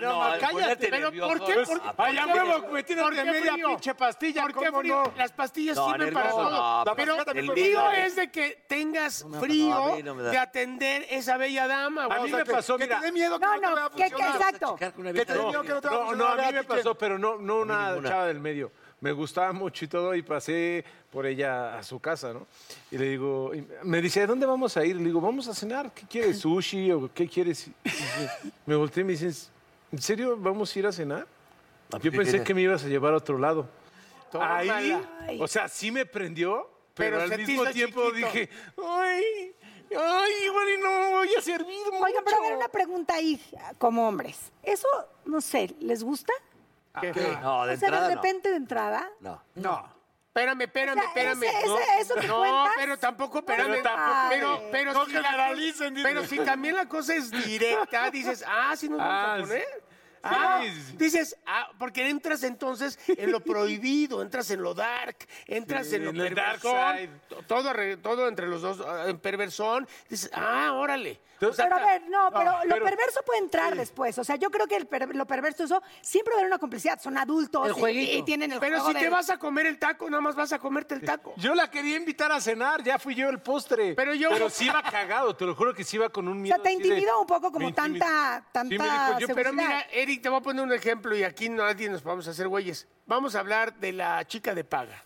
S4: no, no, al ponerte
S5: Pero
S4: nervioso,
S5: ¿por qué?
S4: pues,
S5: ¿Por,
S4: ah,
S5: por
S3: ya
S5: qué-
S3: huevo, me tienes
S5: ¿por
S3: de
S5: qué
S3: media
S5: frío?
S3: pinche pastilla,
S5: ¿Por qué
S3: ¿cómo
S5: frío?
S3: no?
S5: Las pastillas
S4: No,
S5: sirven para
S4: nervioso,
S5: todo.
S4: no, pero
S5: pero
S4: fíjate,
S5: el
S4: me
S5: frío
S4: da-
S5: es de que tengas
S4: me da-
S5: frío
S4: no, a mí no me da.
S5: de atender esa bella dama.
S3: A
S5: güey.
S3: mí
S5: O sea,
S3: me
S5: que-
S3: pasó,
S8: que
S3: mira.
S8: te dé miedo que
S6: No,
S8: no, te vaya
S6: no,
S8: a
S6: que, que-
S8: funcionar.
S6: exacto.
S2: Checar con una
S5: Este
S8: Que te dé
S2: vista-
S8: miedo que no te vaya a
S3: No, no,
S8: funcionar.
S3: a mí
S8: Vea,
S3: me
S8: Tiken.
S3: pasó, pero no, no una
S4: ninguna.
S3: chava del medio. Me gustaba mucho y todo, y pasé por ella a su casa, ¿no? Y le digo, y me dice, ¿a dónde vamos a ir? Le digo, vamos a cenar, ¿qué quieres? ¿Sushi o qué quieres? Y dice- me volteé y me dice, ¿en serio vamos a ir a cenar? Yo pensé que me ibas a llevar a otro lado.
S5: Tómala.
S3: Ahí, o sea, sí me prendió,
S5: Pero
S3: pero,
S5: se
S3: al
S5: te
S3: mismo
S5: hizo
S3: tiempo
S5: chiquito.
S3: dije, ¡ay! Ay, güey, no voy a servir mucho.
S6: Oigan, pero a ver, una pregunta ahí, como hombres. ¿Eso, no sé, les gusta?
S4: ¿Qué? No, de
S6: o sea,
S4: entrada
S6: de
S4: no.
S6: repente de entrada.
S4: No.
S5: No. Espérame, espérame,
S6: O sea,
S5: espérame.
S6: ese-
S5: no,
S6: ese- eso que
S5: no,
S6: cuentas-
S5: pero tampoco, espérame.
S6: Pero tampoco-
S5: pero, pero
S8: No
S5: si la cosa-
S8: generalicen, dice.
S5: Pero si también la cosa es directa, dices, ah, sí nos vamos
S3: Ah,
S5: a poner.
S3: sí.
S5: Ah,
S3: Sí.
S5: dices, ah, porque entras entonces en lo prohibido, entras en lo dark, entras
S3: Sí,
S5: en lo
S3: en el dark
S5: perversón,
S3: side.
S5: to- todo, re- todo entre los dos, ah, en perversón, dices, ah, órale. O sea,
S6: Pero a ver, no, pero lo
S3: pero-
S6: perverso puede entrar después. O sea, yo creo que el per- lo perverso eso siempre va a haber una complicidad. Son adultos
S2: El
S6: y-
S2: jueguito.
S6: Oh, Y, tienen el
S5: pero
S6: juego
S5: si te
S6: del-
S5: vas a comer el taco, nada más vas a comerte el taco.
S3: Yo la quería invitar a cenar, ya fui yo el postre.
S5: Pero yo-
S3: Pero sí iba cagado, te lo juro que sí iba con un
S6: O
S3: miedo.
S6: sea, te
S3: así de-
S6: intimidó un poco como
S3: me intimidó.
S6: tanta, tanta
S3: Sí, me dijo, yo,
S5: Pero
S6: seguridad.
S5: mira, Eric, te voy a poner un ejemplo y aquí nadie nos vamos a hacer güeyes. Vamos a hablar de la chica de paga.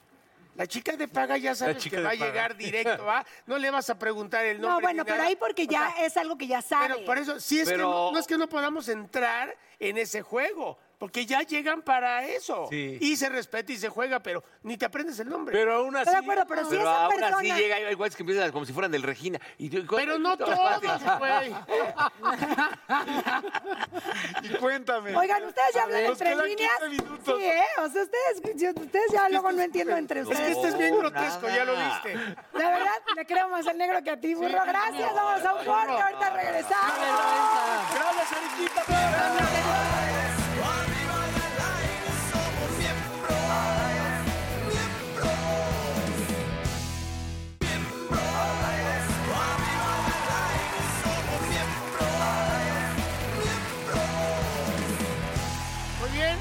S5: La chica de paga ya sabes
S3: chica
S5: que va
S3: de
S5: a
S3: paga.
S5: llegar directo, ¿ah? No le vas a preguntar el nombre.
S6: No, bueno,
S5: ni
S6: pero
S5: nada.
S6: ahí porque ya es algo que ya sabe.
S5: Pero por eso, sí es que
S4: Pero-
S5: no, no es que no podamos entrar en ese juego, porque ya llegan para eso.
S3: Sí.
S5: Y se respeta y se juega, pero ni te aprendes el nombre.
S3: Pero aún así.
S6: Estoy de acuerdo, pero, si
S4: Pero
S6: esa
S4: aún
S6: persona...
S4: así llega, hay güeyes que empiezan como si fueran del Regina. Y, yo-
S5: Pero no todos, güey.
S8: Y cuéntame.
S6: Oigan, ustedes ya hablan
S8: nos
S6: entre
S8: quedan
S6: líneas.
S8: 15 minutos.
S6: Sí, ¿eh? O sea, ustedes, yo- ustedes ya luego no entiendo entre
S5: este Es que
S6: ustedes.
S5: este es bien
S4: No,
S5: grotesco, ya lo
S4: nada.
S5: viste.
S6: La verdad, le creo más al negro que a ti, burro. Gracias, vamos a un corte, ahorita regresamos.
S8: Gracias, Eriquita.
S5: Muy bien.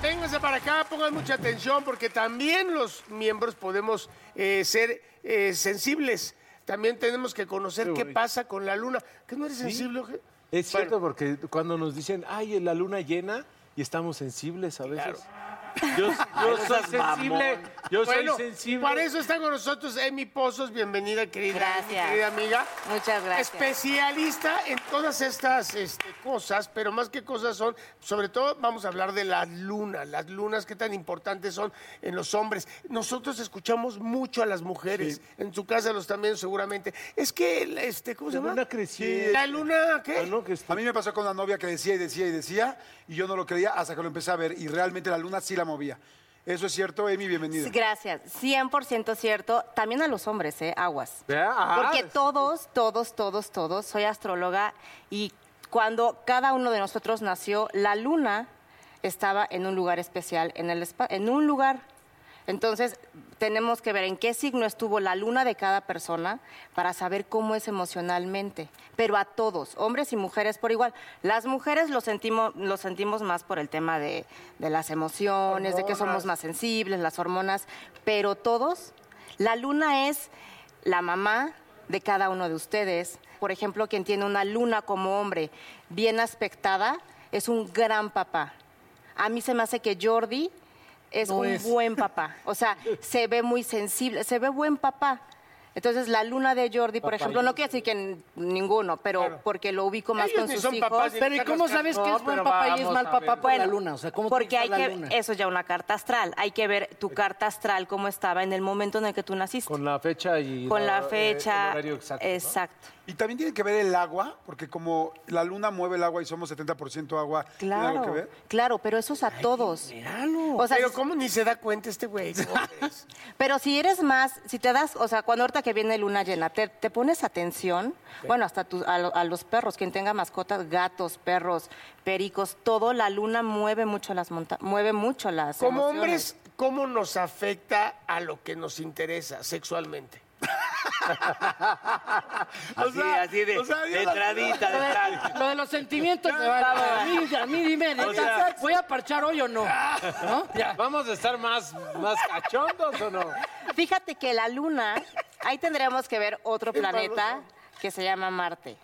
S5: Ténganse para acá, pongan mucha atención porque también los miembros podemos eh, ser eh, sensibles. También tenemos que conocer qué pasa con la luna. ¿Qué no eres sensible? oje?
S3: Es cierto, porque cuando nos dicen, ay, la luna llena y estamos sensibles a veces. Yo, yo
S4: no
S3: soy
S4: seas mamón.
S3: sensible. Yo
S5: Bueno,
S3: soy sensible.
S5: para eso está con nosotros Emi Pozos. Bienvenida, querida,
S10: Gracias.
S5: mi querida amiga.
S10: Muchas gracias.
S5: Especialista en todas estas este, cosas, pero más que cosas son, sobre todo vamos a hablar de las lunas, las lunas, qué tan importantes son en los hombres. Nosotros escuchamos mucho a las mujeres, en su casa los también seguramente. Es que, el, este, ¿cómo se
S3: La
S5: llama?
S3: luna creciente.
S5: La luna, ¿qué?
S3: Ah, no, que está-
S8: A mí me pasó con una novia que decía y decía y decía, y yo no lo creía hasta que lo empecé a ver, y realmente la luna sí la movía. Eso es cierto, Emi, bienvenida.
S10: Gracias, 100% cierto. También a los hombres, ¿eh? Aguas.
S3: Vea, ajá.
S10: Porque todos, todos, todos, todos, soy astróloga y cuando cada uno de nosotros nació, la luna estaba en un lugar especial, en, el espa- en un lugar. Entonces, tenemos que ver en qué signo estuvo la luna de cada persona para saber cómo es emocionalmente. Pero a todos, hombres y mujeres por igual. Las mujeres lo sentimos, lo sentimos más por el tema de, de las emociones, de que somos más sensibles, las hormonas, pero todos la luna es la mamá de cada uno de ustedes. Por ejemplo, quien tiene una luna como hombre bien aspectada es un gran papá. A mí se me hace que Jordi es
S2: No
S10: un
S2: es.
S10: buen papá. O sea, se ve muy sensible, se ve buen papá. Entonces, la luna de Jordi, por ejemplo, no quiere decir que n- ninguno, pero porque lo ubico más
S5: Ellos
S10: con
S5: ni
S10: sus
S5: son
S10: hijos.
S5: papás ni
S2: Pero ¿y cómo sabes que
S5: No,
S2: es buen
S5: pero
S2: papá y es
S5: vamos
S2: mal
S5: a
S2: papá
S5: ver.
S2: por la luna? O sea, ¿cómo
S10: porque hay que
S2: tienes la luna?
S10: eso ya una carta astral, hay que ver tu carta astral cómo estaba en el momento en el que tú naciste.
S3: Con la fecha y.
S10: con la
S3: eh, el
S10: fecha.
S3: horario exacto. ¿no?
S10: Exacto.
S8: Y también tiene que ver el agua, porque como la luna mueve el agua y somos 70% agua, ¿tiene algo que
S10: Claro,
S8: ver?
S10: claro, pero eso es a todos.
S5: Míralo.
S10: O sea,
S5: pero
S10: si-
S5: ¿cómo ni se da cuenta este güey? ¿Cómo crees?
S10: Pero si eres más, si te das, o sea, cuando ahorita que viene luna llena, te, te pones atención, bueno, hasta tus- a, lo- a los perros, quien tenga mascotas, gatos, perros, pericos, todo, la luna mueve mucho las monta mueve mucho las
S5: Como hombres,
S10: emociones.
S5: ¿cómo nos afecta a lo que nos interesa sexualmente?
S4: Así, así de,
S8: o sea,
S4: de entradita, de tal.
S2: Lo de los sentimientos me vale. A mí, a mí dime, neta, ¿voy a parchar hoy o no? ¿No? Ya.
S3: ¿Vamos a estar más, más cachondos o no?
S10: Fíjate que la luna, ahí tendríamos que ver otro planeta que se llama Marte.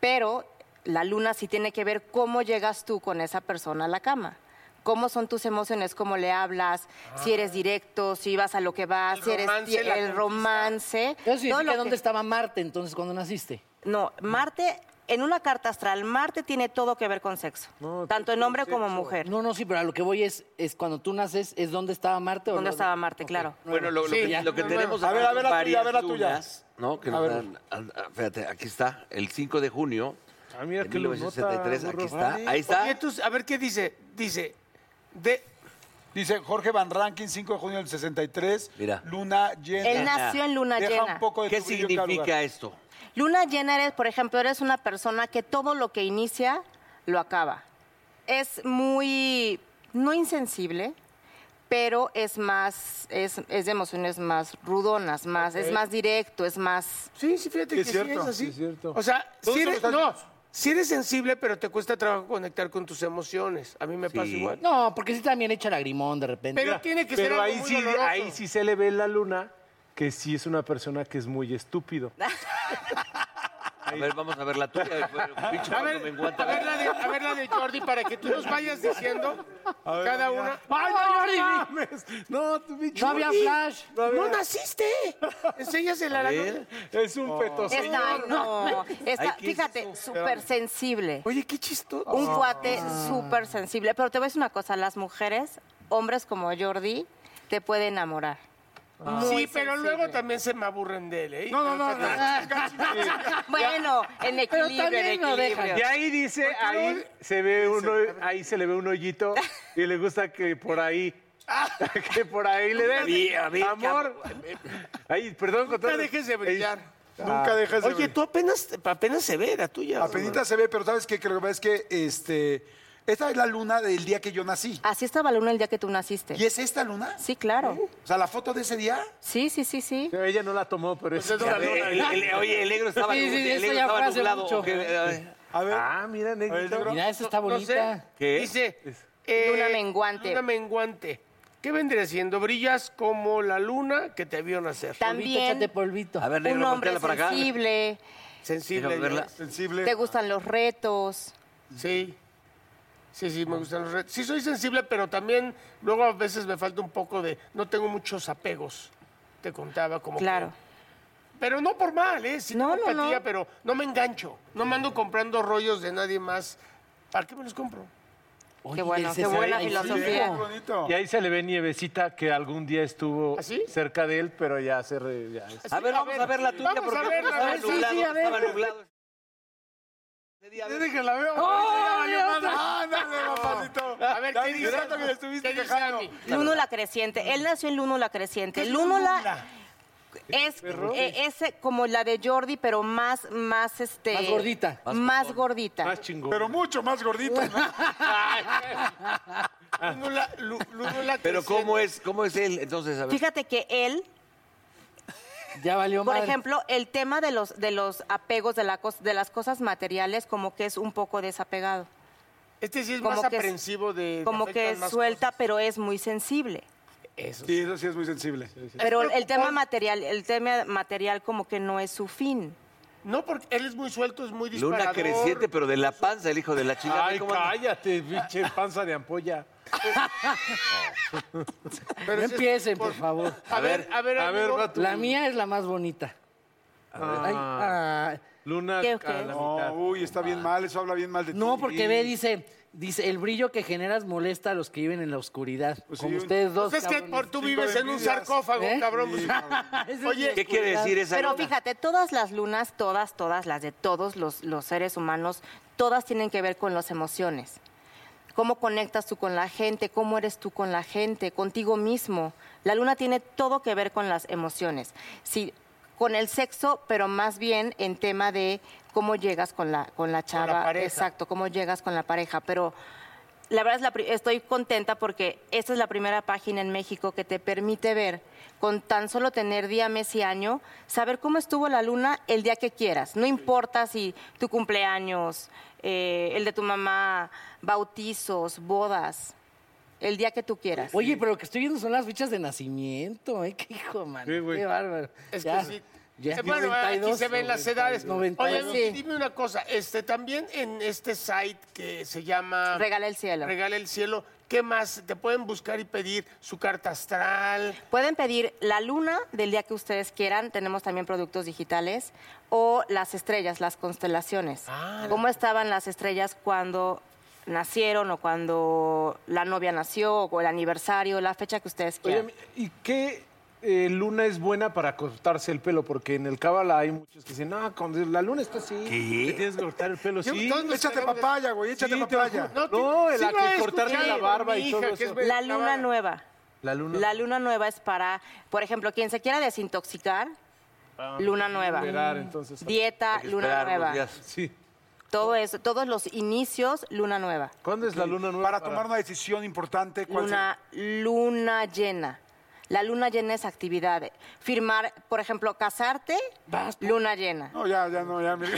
S10: Pero la luna sí tiene que ver cómo llegas tú con esa persona a la cama. Cómo son tus emociones, cómo le hablas, si eres directo, si vas a lo que vas,
S5: Ah. El
S10: si eres
S5: romance,
S10: tie-
S5: la
S10: el
S5: conquista.
S10: romance.
S2: Eso
S10: todo
S2: significa
S10: lo que-
S2: dónde estaba Marte entonces cuando naciste.
S10: No, Marte en una carta astral, Marte tiene todo que ver con sexo, tanto en hombre como mujer.
S2: No, no, sí, pero a lo que voy es, es cuando tú naces, ¿es dónde estaba Marte o
S10: ¿Dónde
S2: no?
S10: estaba Marte? Claro.
S4: Bueno, lo, lo
S2: Sí,
S4: que,
S2: ya.
S4: lo que
S2: No,
S4: tenemos
S2: no. A
S4: acá
S2: ver, a ver
S4: son
S2: la tuya, a ver la
S4: varias
S2: tuya.
S4: lunas, ¿no? Que
S2: A
S4: nos
S2: ver.
S4: dan- al- al- fíjate, aquí está, el 5 de junio. Ah, mira,
S3: qué lunota,
S4: 1973, aquí está,
S3: burro.
S4: ahí está.
S5: Oye, tú, a ver qué dice. Dice, de...
S8: Dice Jorge Van Rankin, 5 de junio del 63.
S4: Mira.
S8: Luna llena.
S10: Él nació en luna
S8: Deja
S10: llena.
S8: un poco de
S4: ¿Qué
S8: tu brillo en cada
S4: significa
S8: lugar.
S4: esto?
S10: Luna llena eres, por ejemplo, eres una persona que todo lo que inicia lo acaba. Es muy, no insensible, pero es más, es, es de emociones más rudonas, más, es
S5: Ok.
S10: más directo, es más...
S5: Sí, sí, fíjate que sí es así. O sea,
S10: Todos
S5: si eres,
S10: somos
S5: no, si eres sensible, pero te cuesta trabajo conectar con tus emociones. A mí me pasa igual.
S2: No, porque sí también echa lagrimón de repente.
S5: Pero tiene que ser
S3: Pero
S5: algo
S3: ahí
S5: muy
S3: sí,
S5: doloroso.
S3: ahí sí se le ve en la luna que sí es una persona que es muy estúpido.
S4: A ver, vamos a ver la tuya. Pinche
S5: A
S4: Juan,
S5: ver,
S4: no me enguanta.
S5: a ver la de, a ver la de Jordi para que tú nos vayas diciendo cada una.
S3: ¡Ay,
S5: ¡No,
S3: No, tu bicho.
S5: No había
S3: Jordi.
S5: flash.
S3: No, había-
S5: ¡No naciste! Enséñasela a la
S3: ver. ¿Eh? Es
S5: Oh.
S3: un
S10: Esta,
S3: petoseñor.
S10: no, esta,
S3: Ay, ¿qué es
S10: fíjate,
S3: eso?
S10: súper sensible.
S5: Oye, qué chistoso.
S10: Un cuate súper sensible. Pero te voy a decir una cosa, las mujeres, hombres como Jordi, te puede enamorar.
S5: Sí,
S10: Muy
S5: pero luego también se me aburren de él, ¿eh? No, no, no.
S10: Bueno, en
S5: Pero
S10: equilibrio, en
S5: también no
S10: equilibrio.
S5: dejan.
S3: Y ahí dice, ahí se ve uno, ahí se le ve un hoyito y le gusta que por ahí,
S5: Ah.
S3: que por ahí le den.
S4: Vi- a ver,
S3: Amor. Ay, perdón, con todo-
S5: dejes de brillar.
S3: Ay,
S8: Ah. Nunca dejes de
S5: Oye,
S8: brillar.
S5: tú apenas, apenas se ve la tuya.
S8: Apenita se ve, pero ¿sabes qué? Que lo que pasa es que este, esta es la luna del día que yo nací.
S10: Así estaba Luna el día que tú naciste.
S8: ¿Y es esta luna?
S10: Sí, claro.
S8: O sea, la foto de ese día.
S10: Sí, sí, sí, sí.
S3: Ella no la tomó, pero
S5: Pues
S3: es.
S4: A ver, el- el- oye, el negro estaba,
S2: Sí, sí,
S4: el
S2: eso
S4: negro
S2: ya fue
S4: estaba
S2: hace
S4: nublado.
S2: mucho.
S4: ¿o qué? A ver.
S8: A ver.
S3: Ah, mira, negrito.
S2: Mira, esta está
S5: No
S2: bonita.
S5: sé.
S4: ¿Qué?
S5: Dice. eh,
S10: Luna menguante.
S5: Luna menguante. ¿Qué vendría siendo? Brillas como la luna que te vio nacer.
S2: Polvito, échate
S10: También
S2: polvito.
S4: A ver,
S10: un
S4: negro,
S10: hombre
S4: volteala para acá.
S10: sensible,
S5: Sensible.
S4: Déjame verla.
S5: yo.
S8: Sensible.
S10: te gustan los retos.
S5: Sí. Sí, sí, me gustan los retos. Sí, soy sensible, pero también luego a veces me falta un poco de. No tengo muchos apegos. Te contaba como. que-
S10: Claro.
S5: Pero no por mal, ¿eh? Sí,
S10: No,
S5: no,
S10: no,
S5: empatía,
S10: no.
S5: pero no me engancho. No me ando comprando rollos de nadie más. ¿Para qué me los compro?
S10: Qué bueno,
S2: ese
S10: qué
S2: se ve
S10: buena
S2: ahí, sí.
S8: Qué
S10: filosofía.
S8: bonito.
S3: Y ahí se le ve nievecita que algún día estuvo
S5: ¿Ah, sí?
S3: cerca de él, pero ya se re- ya es-
S4: A ver, vamos a ver la tuya.
S5: Vamos
S4: porque
S5: a verla,
S4: estaba
S5: a ver, sí,
S4: nublado,
S5: sí, a ver.
S4: Estaba nublado.
S8: Dile que la veo. ¡Ándale, papacito!
S5: ¡Oh, A ver,
S8: Ya
S5: ¿qué
S8: ni
S5: dice?
S8: tanto que le estuviste
S5: ¿Qué dice
S8: quejando.
S5: Andy?
S10: Lúnula creciente. Él nació en Lúnula creciente. Lúnula es, eh, es, eh, como la de Jordi, pero más, más este.
S2: Más gordita.
S10: Más gordita.
S3: más chingón.
S8: Pero mucho más gordito. ¿no?
S5: Lúnula- lu- lúnula
S4: Pero ¿cómo
S5: creciente.
S4: es, cómo es él? Entonces, a ver.
S10: Fíjate que él
S2: Ya valió
S10: Por
S2: madre.
S10: ejemplo, el tema de los, de los apegos de, la cos- de las cosas materiales como que es un poco desapegado.
S5: Este sí es
S10: Como
S5: más
S10: que es-
S5: aprensivo de- de.
S10: Como que
S5: afectan más
S10: suelta, pero es muy sensible.
S5: cosas. Eso sí.
S8: Sí, eso sí es muy sensible.
S10: Pero el tema
S5: preocupante.
S10: material, el tema material como que no es su fin.
S5: No, porque él es muy suelto, es muy disparador.
S4: Luna creciente, pero de la panza, el hijo de la chica.
S3: Ay, cállate, pinche panza de ampolla.
S5: Pero
S2: No
S5: ese-
S2: empiecen, por favor.
S5: A ver, a ver,
S3: A ver,
S5: amigo.
S3: va tú.
S2: La mía es la más bonita. Ay, ah,
S3: Luna
S10: ¿Qué, qué?
S3: a la
S8: No,
S3: mitad.
S8: uy, está bien mal, eso habla bien mal de ti.
S2: No, porque ve, dice, dice, el brillo que generas molesta a los que viven en la oscuridad.
S8: Pues
S2: como
S8: sí,
S2: ustedes dos.
S5: Pues es que por-
S2: cabrones.
S5: tú
S8: Cinco
S5: vives en un
S8: envidias.
S5: sarcófago,
S2: ¿Eh?
S5: cabrón. pues,
S2: Esa es mi
S5: Oye,
S4: ¿Qué quiere
S2: oscuridad.
S4: decir esa
S10: Pero
S4: luna?
S10: fíjate, todas las lunas, todas, todas, las de todos los, los seres humanos, todas tienen que ver con las emociones. Cómo conectas tú con la gente, cómo eres tú con la gente, contigo mismo. La luna tiene todo que ver con las emociones. Sí, con el sexo, pero más bien en tema de cómo llegas con la, con la chava.
S5: pareja.
S10: Exacto, cómo llegas con la pareja. Pero la verdad es la pri- estoy contenta porque esta es la primera página en México que te permite ver, con tan solo tener día, mes y año, saber cómo estuvo la luna el día que quieras. No importa si tu cumpleaños, eh, el de tu mamá, bautizos, bodas, el día que tú quieras.
S2: Oye, pero lo que estoy viendo son las fichas de nacimiento, ¿eh? Qué hijo, man.
S3: Sí, güey.
S2: qué bárbaro.
S5: Es
S2: Ya,
S5: que sí.
S2: ya.
S5: Se- bueno, aquí se ven las edades.
S2: 92.
S5: Oye,
S10: Sí.
S5: dime una cosa. Este, también en este site que se llama
S10: Regala el cielo.
S5: Regala el Cielo, ¿Qué más? Te pueden buscar y pedir su carta astral.
S10: Pueden pedir la luna del día que ustedes quieran. Tenemos también productos digitales o las estrellas, las constelaciones.
S3: Ah,
S10: ¿Cómo estaban las estrellas cuando nacieron o cuando la novia nació o el aniversario, la fecha que ustedes quieran?
S3: Oye, ¿y qué eh, luna es buena para cortarse el pelo? Porque en el cábala hay muchos que dicen, no, cuando la luna está así. Te tienes que cortar el pelo,
S8: Yo-
S3: sí.
S8: todos Échate nos- papaya, güey, échate
S3: te lo
S8: papaya.
S3: juro.
S8: No,
S3: No,
S8: sí
S3: el
S8: lo he
S3: que cortarle la
S8: escuchado,
S3: barba
S8: mi
S3: y
S8: hija,
S3: todo
S8: que es
S3: eso.
S10: la luna nueva.
S3: La luna.
S10: La luna nueva es para, por ejemplo, quien se quiera desintoxicar, luna nueva.
S3: Ah, Esperar, entonces.
S10: Dieta, luna nueva.
S3: Sí.
S10: Todo eso, todos los inicios, luna nueva.
S3: ¿Cuándo es la luna nueva?
S8: Para tomar una decisión importante, ¿cuál
S10: Luna, luna llena. La luna llena es actividad. Firmar, por ejemplo, casarte, luna llena.
S8: No, ya, ya, no, ya, mira,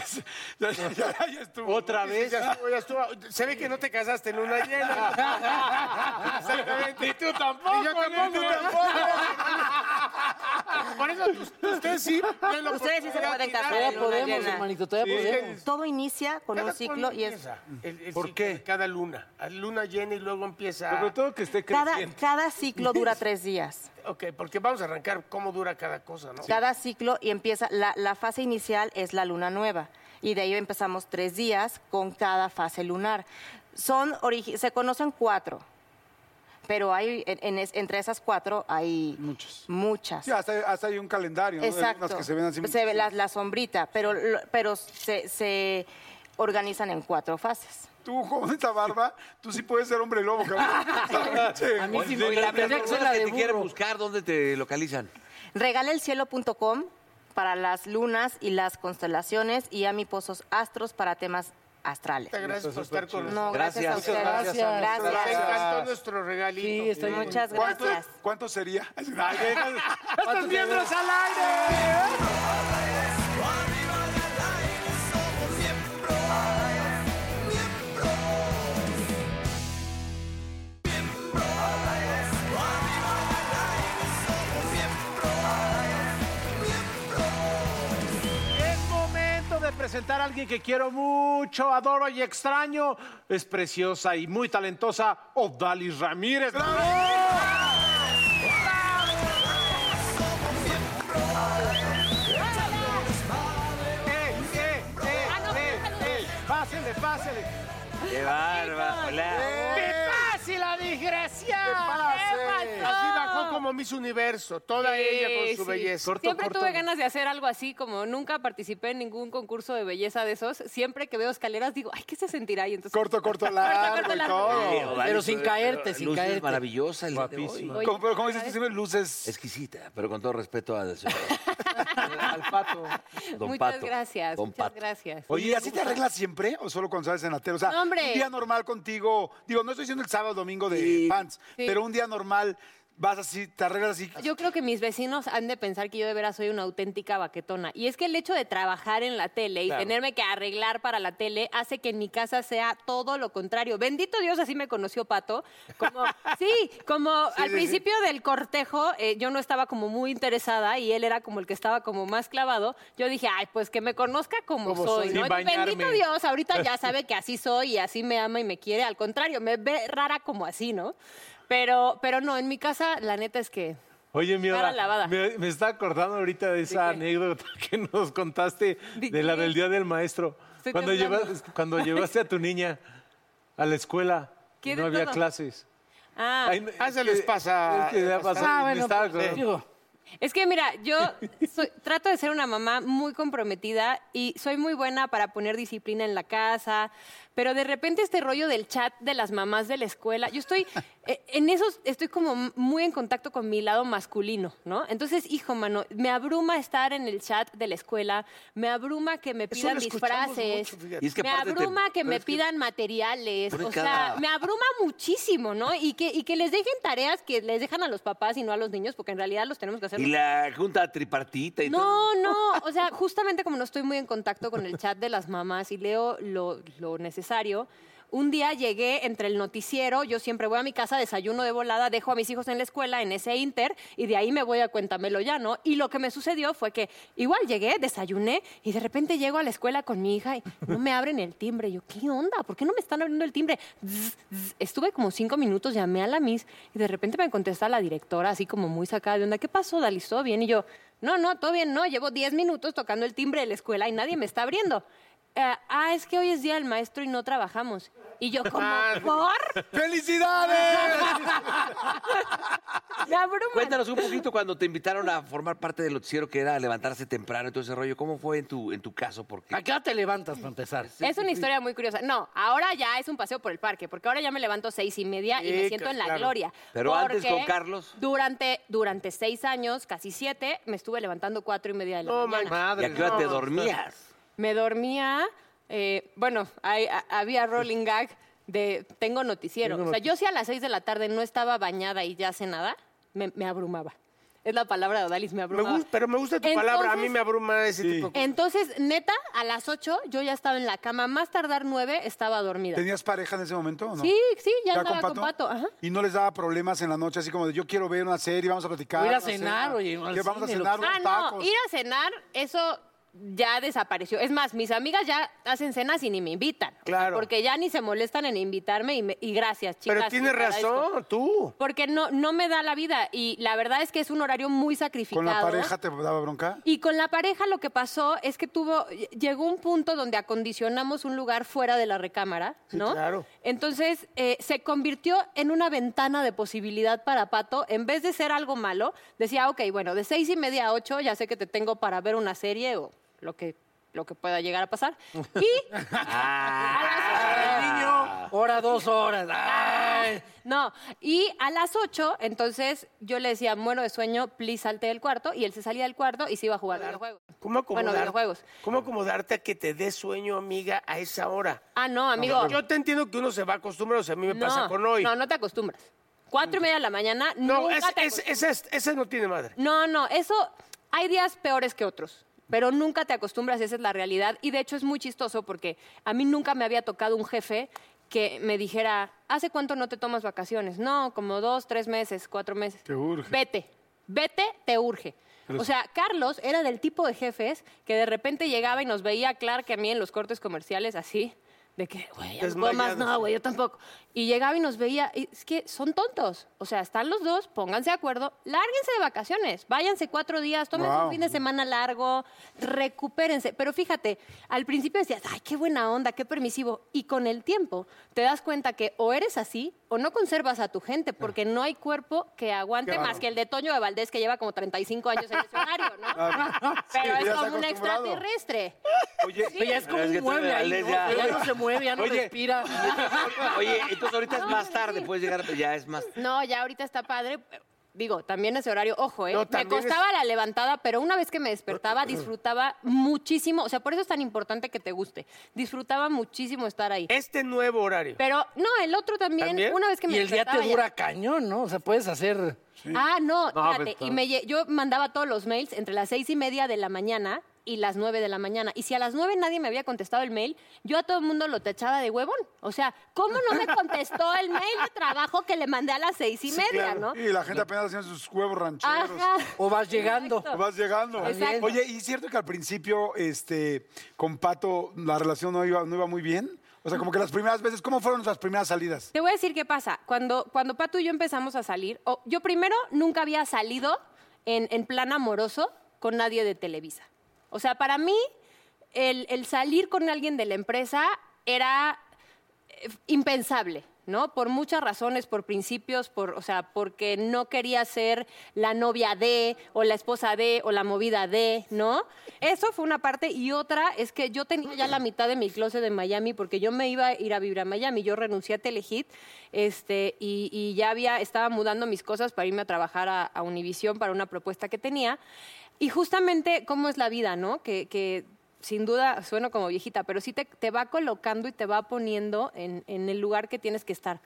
S8: ya, ya, ya, ya estuvo.
S3: ¿Otra
S5: Sí, Ya estuvo, ya estuvo. Se ve que no te casaste en luna llena. Exactamente. Y tú tampoco. yo tampoco. Por eso tus- ustedes sí. tienen la
S10: Ustedes sí se
S5: oportunidad
S10: pueden
S5: de
S10: casar
S5: quitar
S10: en luna llena.
S5: Sí.
S10: Todo inicia con
S5: Cada
S10: un ciclo
S5: cuándo
S10: y es...
S5: empieza El, ¿Por qué? cada luna. A Luna llena y luego empieza.
S3: Sobre todo que esté
S10: Cada,
S3: creciendo.
S10: cada ciclo dura tres días.
S5: Ok, porque vamos a arrancar cómo dura cada cosa, ¿no?
S10: Cada ciclo y empieza, la, la fase inicial es la luna nueva y de ahí empezamos tres días con cada fase lunar. Son origi- se conocen cuatro, pero hay en- en es- entre esas cuatro hay muchas. Muchas.
S8: Sí, hasta, hay- hasta hay un calendario, ¿no? De lunas
S10: Exacto.
S8: que se ven así.
S10: Se ve la, la sombrita, pero, lo- pero se, se organizan en cuatro fases.
S8: Tú, con esta barba, tú sí puedes ser hombre lobo, cabrón.
S4: A mí sí me la
S10: tendría que ser la de
S4: te quieren
S10: burro.
S4: buscar, ¿dónde te localizan?
S10: Regalelcielo.com para las lunas y las constelaciones y a mi pozos astros para temas astrales.
S5: Muchas gracias por estar con
S10: No,
S5: nosotros.
S10: gracias, a ustedes.
S5: Nos
S10: Gracias.
S5: encantó nuestro regalito.
S10: Sí, está bien. Muchas
S8: ¿Cuánto,
S10: gracias.
S8: ¿Cuánto sería?
S5: ¡Estos miembros al
S3: Es momento de presentar a alguien que quiero mucho, adoro y extraño. Es preciosa y muy talentosa, Odalis Ramírez.
S4: Eh,
S3: Pásele, pásele.
S4: ¡Qué barba! ¡Hola!
S5: ¡Qué
S11: fácil la desgracia!
S5: aire! Así bajó como Miss Universo, toda ella con su
S11: Sí, sí.
S5: belleza.
S11: siempre tuve ganas de hacer algo así, como nunca participé en ningún concurso de belleza de esos. Siempre que veo escaleras digo, ay, ¿qué se sentirá? Y entonces...
S8: Corto, corto, largo
S11: corto,
S8: y
S11: largo.
S8: todo.
S4: Eh, Odalis,
S2: Pero sin caerte, sin
S4: luces
S2: caerte.
S4: maravillosa el día de hoy.
S3: Guapísima.
S11: Oye,
S8: Como, pero como
S4: este
S8: dices tú siempre, luces.
S4: Exquisita, pero con todo respeto a la señora
S3: Al pato.
S4: Don
S11: muchas
S4: Pato.
S11: gracias,
S4: Don
S11: muchas
S4: Pato.
S11: gracias.
S8: Oye, ¿y ¿así te arreglas siempre o solo cuando sales en la tele? O sea,
S11: No, hombre.
S8: un día normal contigo, digo, no estoy diciendo el sábado, domingo de pants, pero un día normal vas así, te arreglas así.
S11: Yo creo que mis vecinos han de pensar que yo de veras soy una auténtica baquetona. Y es que el hecho de trabajar en la tele y
S3: Claro.
S11: tenerme que arreglar para la tele hace que en mi casa sea todo lo contrario. Bendito Dios, así me conoció Pato. Como, sí, como al
S8: sí.
S11: principio del cortejo eh, yo no estaba como muy interesada y él era como el que estaba como más clavado. Yo dije, ay, pues que me conozca como,
S3: Como
S11: soy,
S3: soy.
S11: ¿no?
S3: Sin bañarme.
S11: Bendito Dios, ahorita ya sabe que así soy y así me ama y me quiere. Al contrario, me ve rara como así, ¿no? Pero, pero no, en mi casa la neta es que...
S3: Oye, mi
S11: Cara
S3: hora,
S11: lavada.
S3: me, me está acordando ahorita de esa anécdota que nos contaste
S11: ¿De
S3: de la
S11: qué?
S3: del Día del Maestro.
S11: Estoy
S3: Cuando,
S11: temblando.
S3: llevas- cuando llevaste a tu niña a la escuela, y
S11: ¿Qué
S3: no
S11: de
S3: había
S11: todo?
S3: clases.
S11: Ah,
S3: Ay, no,
S5: Ah, se les
S3: eh,
S5: pasa.
S3: es que le ha pasado,
S5: Ah,
S3: me
S5: bueno,
S3: estaba
S5: pues,
S3: acordando.
S5: digo,
S11: es que mira, yo soy- trato de ser una mamá muy comprometida y soy muy buena para poner disciplina en la casa, pero de repente este rollo del chat de las mamás de la escuela, yo estoy, eh, en eso estoy como m- muy en contacto con mi lado masculino, ¿no? Entonces, hijo, mano, me abruma estar en el chat de la escuela, me abruma que me
S5: Eso lo
S11: pidan
S5: escuchamos
S11: disfraces,
S5: mucho, fíjate.
S4: Y es que
S11: me
S4: aparte te-
S11: abruma que
S4: pero
S11: me
S4: es que-
S11: pidan materiales,
S4: Pone
S11: o
S4: cada-
S11: sea, me abruma muchísimo, ¿no? Y que, y que les dejen tareas que les dejan a los papás y no a los niños, porque en realidad los tenemos que hacer.
S4: Y la junta tripartita y todo.
S11: No, no, o sea, justamente como no estoy muy en contacto con el chat de las mamás y leo lo, lo necesario, Un día llegué entre el noticiero, yo siempre voy a mi casa, desayuno de volada, dejo a mis hijos en la escuela, en ese inter, y de ahí me voy a Cuéntamelo Ya, ¿no? Y lo que me sucedió fue que igual llegué, desayuné, y de repente llego a la escuela con mi hija y no me abren el timbre. Yo, ¿qué onda? ¿Por qué no me están abriendo el timbre? Zzz, zzz. Estuve como cinco minutos, llamé a la Miss, y de repente me contesta la directora, así como muy sacada de onda, ¿qué pasó, Dalí? ¿Todo bien? Y yo, no, no, todo bien, no. Llevo 10 minutos tocando el timbre de la escuela y nadie me está abriendo. "Eh, ah, es que hoy es día del maestro y no trabajamos. Y yo como,
S1: Ah,
S11: ¿por?
S4: eh.
S1: ¡Felicidades!
S4: Cuéntanos un poquito cuando te invitaron a formar parte del noticiero que era levantarse temprano y todo ese rollo. ¿Cómo fue en tu, en tu caso? Porque
S2: Acá te levantas para empezar.
S11: Es una historia muy curiosa. No, ahora ya es un paseo por el parque, porque ahora ya me levanto seis y media y me
S4: Sí,
S11: siento en la
S4: claro.
S11: gloria.
S4: Pero antes
S11: Porque
S4: con Carlos.
S11: Durante, durante seis años, casi siete, me estuve levantando cuatro y media de la mañana.
S4: ¿Y a qué hora te dormías?
S11: Me dormía, eh, bueno, hay- a- había rolling gag de tengo noticiero.
S4: Tengo
S11: o sea,
S4: noticiero.
S11: yo si a las 6 de la tarde no estaba bañada y ya nada, me, me abrumaba. Es la palabra de Odalis, me
S5: Me
S11: abrumaba.
S5: gus- pero me gusta tu palabra, a mí
S11: Entonces-
S5: me abruma ese tipo de cosas.
S11: Entonces, neta, a las 8 yo ya estaba en la cama, más tardar 9 estaba dormida.
S8: ¿Tenías pareja en ese momento o no?
S11: Sí, sí, ya
S8: ¿Ya
S11: andaba
S8: con
S11: con Pato. ajá.
S8: Y no les daba problemas en la noche, así como de yo quiero ver una serie, vamos a platicar.
S11: Voy a ir a
S8: una cena,
S11: cenar,
S2: oye,
S8: que vamos a cenar unos
S11: Ah, no,
S8: tacos.
S11: ir a cenar, eso ya desapareció. Es más, mis amigas ya hacen cenas y ni me invitan.
S5: Claro.
S11: Porque ya ni se molestan en invitarme y, me- y gracias, chicas.
S5: Pero tienes
S11: te agradezco.
S5: razón, tú.
S11: Porque no, no me da la vida y la verdad es que es un horario muy
S8: ¿Con
S11: sacrificado.
S8: la pareja te daba bronca?
S11: Y con la pareja lo que pasó es que tuvo llegó un punto donde acondicionamos un lugar fuera de la recámara,
S8: Sí,
S11: ¿no?
S8: claro.
S11: Entonces eh, se convirtió en una ventana de posibilidad para Pato. En vez de ser algo malo, decía, ok, bueno, de seis y media a ocho ya sé que te tengo para ver una serie o lo que lo que pueda llegar a pasar. Y
S2: niño, hora, Ah. dos horas.
S11: Ah,
S2: Ay.
S11: No, y a las 8, entonces yo le decía, muero de sueño, please salte del cuarto. Y él se salía del cuarto y se iba a jugar videojuegos.
S5: ¿Cómo acomodar-
S11: Bueno, videojuegos.
S5: ¿Cómo acomodarte a que te dé sueño, amiga, a esa hora?
S11: Ah, no, amigo.
S5: Yo te entiendo que uno se va acostumbrando, o sea, a mí me pasa con hoy.
S11: No, no te acostumbras. Cuatro y media de la mañana,
S5: No,
S11: nunca
S5: es-
S11: te
S5: es- esa es- esa no tiene madre.
S11: No, no, eso hay días peores que otros, pero nunca te acostumbras, esa es la realidad. Y de hecho es muy chistoso porque a mí nunca me había tocado un jefe que me dijera, ¿hace cuánto no te tomas vacaciones? No, como dos, tres meses, cuatro meses. Te urge. Vete, vete, te urge.
S9: Pero-
S11: O sea, Carlos era del tipo de jefes que de repente llegaba y nos veía a Clark que a mí en los cortes comerciales así, de que, güey, ya no puedo más,
S9: Desmayados.
S11: no, güey, yo tampoco. Y llegaba y nos veía, y es que son tontos. O sea, están los dos, pónganse de acuerdo, lárguense de vacaciones, váyanse cuatro días, tomen
S9: Wow.
S11: un fin de semana largo, recupérense. Pero fíjate, al principio decías, ay, qué buena onda, qué permisivo. Y con el tiempo te das cuenta que o eres así o no conservas a tu gente, porque no hay cuerpo que aguante
S9: Claro.
S11: más que el de Toño de Valdés, que lleva como 35 años en el escenario, ¿no? Pero es como un extraterrestre.
S4: Oye,
S2: Pero ya es como
S4: Pero es
S2: un
S4: que tú me
S2: mueble ahí,
S4: vales
S2: ¿no?
S4: ya.
S2: Ya no se mueve, ya no
S4: Oye.
S2: respira.
S4: Oye, entonces ahorita es más tarde, puedes llegar, pero ya es más
S11: No, ya ahorita está padre. Digo, también ese horario, ojo, ¿eh?
S4: No,
S11: me
S4: también
S11: costaba la levantada, pero una vez que me despertaba, disfrutaba muchísimo. O sea, por eso es tan importante que te guste. Disfrutaba muchísimo estar ahí.
S5: Este nuevo horario.
S11: Pero, no, el otro también, una vez que me
S2: Y el día
S11: despertaba.
S2: te
S11: ya-
S2: dura cañón, ¿no? O sea, puedes hacer.
S11: Ah, no,
S2: No,
S11: espérate.
S2: pero-
S11: Y me lle- yo mandaba todos los mails entre las seis y media de la mañana y las nueve de la mañana. Y si a las nueve nadie me había contestado el mail, yo a todo el mundo lo tachaba de huevón. O sea, ¿cómo no me contestó el mail de trabajo que le mandé a las seis y
S8: Sí,
S11: media,
S8: claro.
S11: no?
S8: Y la gente apenas haciendo sus huevos rancheros.
S11: Ajá.
S2: O vas llegando.
S8: O vas llegando.
S11: Exacto.
S8: Oye, ¿y es cierto que al principio este, con Pato la relación no iba, no iba muy bien? O sea, como que las primeras veces, ¿cómo fueron nuestras primeras salidas?
S11: Te voy a decir qué pasa. Cuando, cuando Pato y yo empezamos a salir, o- yo primero nunca había salido en, en plan amoroso con nadie de Televisa. O sea, para mí, el, el salir con alguien de la empresa era eh, impensable, ¿no? Por muchas razones, por principios, por, o sea, porque no quería ser la novia de, o la esposa de, o la movida de, ¿no? Eso fue una parte. Y otra es que yo tenía ya la mitad de mi closet de Miami, porque yo me iba a ir a vivir a Miami. Yo renuncié a Telehit, este, y, y ya había, estaba mudando mis cosas para irme a trabajar a, a Univisión para una propuesta que tenía. Y justamente, ¿cómo es la vida, no? Que, que sin duda sueno como viejita, pero sí te, te va colocando y te va poniendo en, en el lugar que tienes que estar.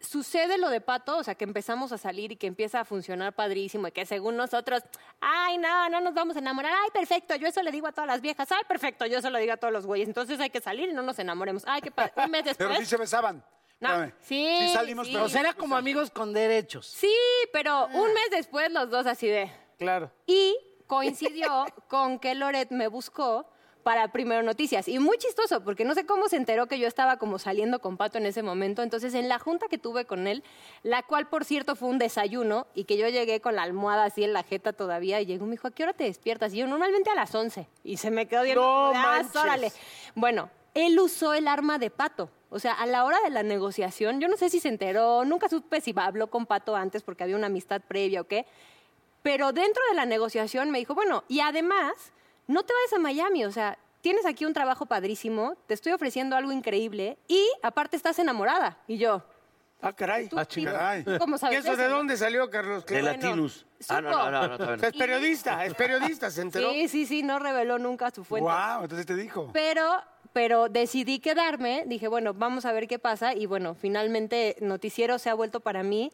S11: sucede lo de Pato, o sea, que empezamos a salir y que empieza a funcionar padrísimo y que según nosotros, ay, no, no nos vamos a enamorar, ay, perfecto, yo eso le digo a todas las viejas, ay, perfecto, yo eso le digo a todos los güeyes, entonces hay que salir y no nos enamoremos, ay, qué padre, un mes después...
S8: Pero sí se besaban.
S11: No,
S8: Espérame.
S11: sí,
S8: Sí salimos,
S11: sí.
S8: pero...
S11: O sea, era
S2: Como amigos con derechos.
S11: Sí, pero un mes después los dos así de...
S2: Claro.
S11: Y coincidió con que Loret me buscó para Primero Noticias. Y muy chistoso, porque no sé cómo se enteró que yo estaba como saliendo con Pato en ese momento. Entonces, en la junta que tuve con él, la cual, por cierto, fue un desayuno, y que yo llegué con la almohada así en la jeta todavía, y llegó y me dijo, ¿a qué hora te despiertas? Y yo, normalmente a las 11. Y se me quedó viendo,
S9: No
S11: "Ah,
S9: manches.
S11: órale". Bueno, él usó el arma de Pato. O sea, a la hora de la negociación, yo no sé si se enteró, nunca supe si habló con Pato antes porque había una amistad previa o qué, pero dentro de la negociación me dijo, bueno, y además, no te vayas a Miami, o sea, tienes aquí un trabajo padrísimo, te estoy ofreciendo algo increíble y aparte estás enamorada. Y yo,
S5: Ah, caray.
S11: Ah, chica. caray. ¿Tú cómo sabes
S5: ¿Y eso de
S11: eso?
S5: dónde salió, Carlos?
S4: De Latinus. Ah, no, no, no, no, todavía no.
S5: O sea, es periodista, es periodista, se enteró.
S11: sí, sí, sí, no reveló nunca su fuente.
S8: Wow, entonces te dijo.
S11: Pero, pero decidí quedarme, dije, bueno, vamos a ver qué pasa. Y bueno, finalmente Noticiero se ha vuelto para mí,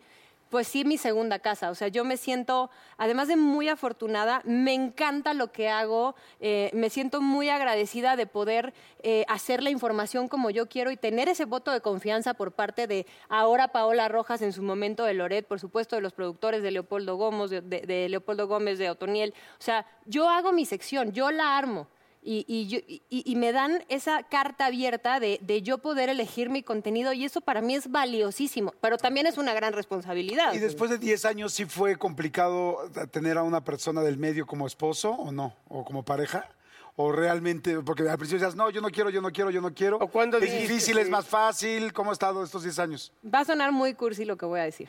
S11: pues sí, mi segunda casa. O sea, yo me siento, además de muy afortunada, me encanta lo que hago, eh, me siento muy agradecida de poder eh, hacer la información como yo quiero y tener ese voto de confianza por parte de ahora Paola Rojas, en su momento de Loret, por supuesto, de los productores de Leopoldo Gómez, de, de- de Leopoldo Gómez, de Otoniel. O sea, yo hago mi sección, yo la armo. Y, y yo- y- y- y me dan esa carta abierta de, de yo poder elegir mi contenido y eso para mí es valiosísimo, pero también es una gran responsabilidad.
S8: ¿Y después de 10 años sí fue complicado eh, tener a una persona del medio como esposo o no? ¿O como pareja? ¿O realmente, porque al principio decías, no, yo no quiero, yo no quiero, yo no quiero? ¿O cuando ¿Es
S11: dijiste,
S8: difícil, es
S11: sí?
S8: más fácil? ¿Cómo ha estado estos 10 años?
S11: Va a sonar muy cursi lo que voy a decir.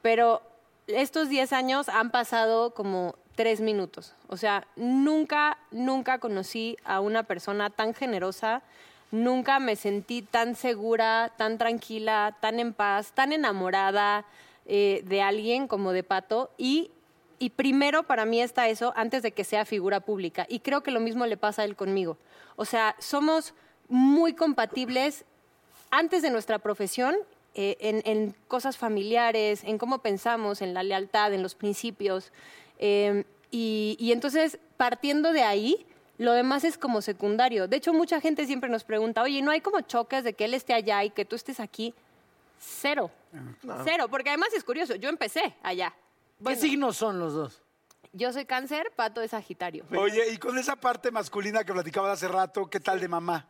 S11: pero estos 10 años han pasado como tres minutos. O sea, nunca, nunca conocí a una persona tan generosa, nunca me sentí tan segura, tan tranquila, tan en paz, tan enamorada eh, de alguien como de Pato. Y, y primero para mí está eso antes de que sea figura pública. Y creo que lo mismo le pasa a él conmigo. O sea, somos muy compatibles antes de nuestra profesión, eh, en, en cosas familiares, en cómo pensamos, en la lealtad, en los principios. eh, y, y entonces, partiendo de ahí, lo demás es como secundario. De hecho, mucha gente siempre nos pregunta, oye, ¿no hay como choques de que él esté allá y que tú estés aquí? Cero. Cero, porque además es curioso, yo empecé allá.
S2: ¿Qué signos son los dos?
S11: Yo soy cáncer, Pato es Sagitario.
S8: Oye, y con esa parte masculina que platicabas hace rato, ¿qué tal de mamá?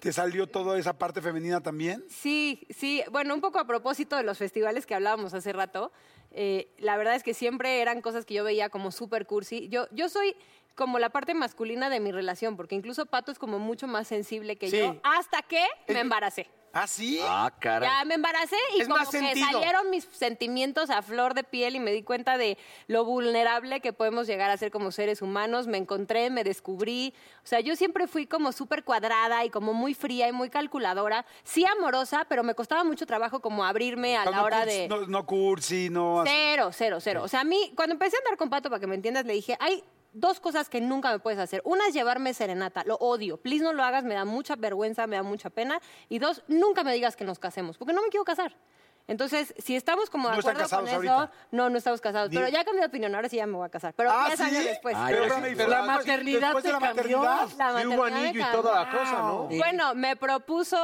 S8: ¿Te salió toda esa parte femenina también?
S11: Sí, sí. Bueno, un poco a propósito de los festivales que hablábamos hace rato, eh, la verdad es que siempre eran cosas que yo veía como súper cursi. Yo, yo soy como la parte masculina de mi relación, porque incluso Pato es como mucho más sensible que
S4: Sí.
S11: yo, hasta que me embaracé.
S8: ¿Ah, sí?
S4: Ah, caray.
S11: Ya me embaracé y
S4: Es
S11: como
S4: más
S11: que
S4: sentido.
S11: salieron mis sentimientos a flor de piel y me di cuenta de lo vulnerable que podemos llegar a ser como seres humanos. Me encontré, me descubrí. O sea, yo siempre fui como súper cuadrada y como muy fría y muy calculadora. Sí amorosa, pero me costaba mucho trabajo como abrirme a
S8: No,
S11: la
S8: no
S11: hora
S8: cursi-
S11: de...
S8: No, no cursi, no... así.
S11: Cero, cero, cero. O sea, a mí, cuando empecé a andar con Pato, para que me entiendas, le dije, hay dos cosas que nunca me puedes hacer. Una es llevarme serenata, lo odio. Please no lo hagas, me da mucha vergüenza, me da mucha pena. Y dos, nunca me digas que nos casemos, porque no me quiero casar. Entonces, si estamos como de
S8: No están
S11: acuerdo con eso,
S8: casados ahorita.
S11: no, no estamos casados.
S8: Ni-
S11: Pero ya cambié de opinión, ahora sí ya me voy a casar. Pero
S8: Ah,
S11: 10
S8: ¿sí?
S11: años después.
S8: Ay, Pero, pero, pero
S11: la
S8: después-
S11: maternidad
S8: después de
S11: te
S8: la
S11: cambió.
S8: maternidad, sí hubo
S11: maternidad me
S8: anillo y toda la
S11: cambió.
S8: cosa, ¿no? Sí.
S11: Bueno, me propuso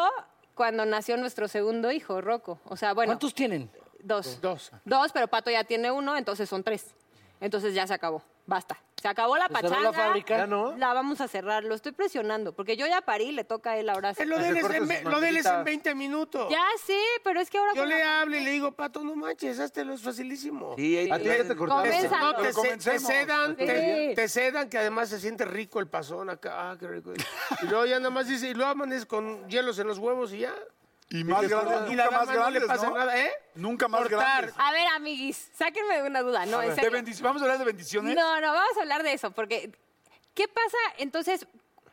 S11: cuando nació nuestro segundo hijo, Rocco. O sea, bueno.
S2: ¿Cuántos tienen?
S11: Dos.
S2: Dos.
S11: Dos, pero Pato ya tiene uno, entonces son tres. Entonces ya se acabó. Basta. Se acabó la
S5: Pues
S2: ¿Se cerró
S11: pachanga.
S2: la fábrica? Ya no.
S11: La vamos a cerrar. Lo estoy presionando, porque yo ya parí, le toca a él ahora.
S5: Eh, Lo de él es en, ve- lo de él es en 20 minutos.
S11: Ya sé, pero es que ahora...
S5: Yo
S11: con la
S5: le hablo y le digo, Pato, no manches, háztelo, es facilísimo.
S4: Sí, ahí- ¿A ti ya te cortaste?
S5: No,
S4: Convénzalo.
S5: te,
S4: Pero
S5: ce- te
S4: convencemos.
S5: sedan,
S4: Sí.
S5: te, te sedan, que además se siente rico el pasón acá. Ah, qué rico. Y luego ya nada más dice, y luego amaneces con hielos en los huevos y ya.
S8: Y más
S5: que
S8: grandes,
S5: todo- y la
S8: nunca más
S5: dama no le
S8: grandes,
S5: pasa
S8: ¿no?
S5: nada, ¿eh?
S8: Nunca más
S5: Cortar.
S8: grandes.
S11: A ver, amiguis, sáquenme de una duda, Ah, no,
S8: A
S11: en
S8: ver.
S11: serio.
S8: ¿De bendic- ¿Vamos a hablar de bendiciones?
S11: No, no, vamos a hablar de eso, porque ¿qué pasa entonces?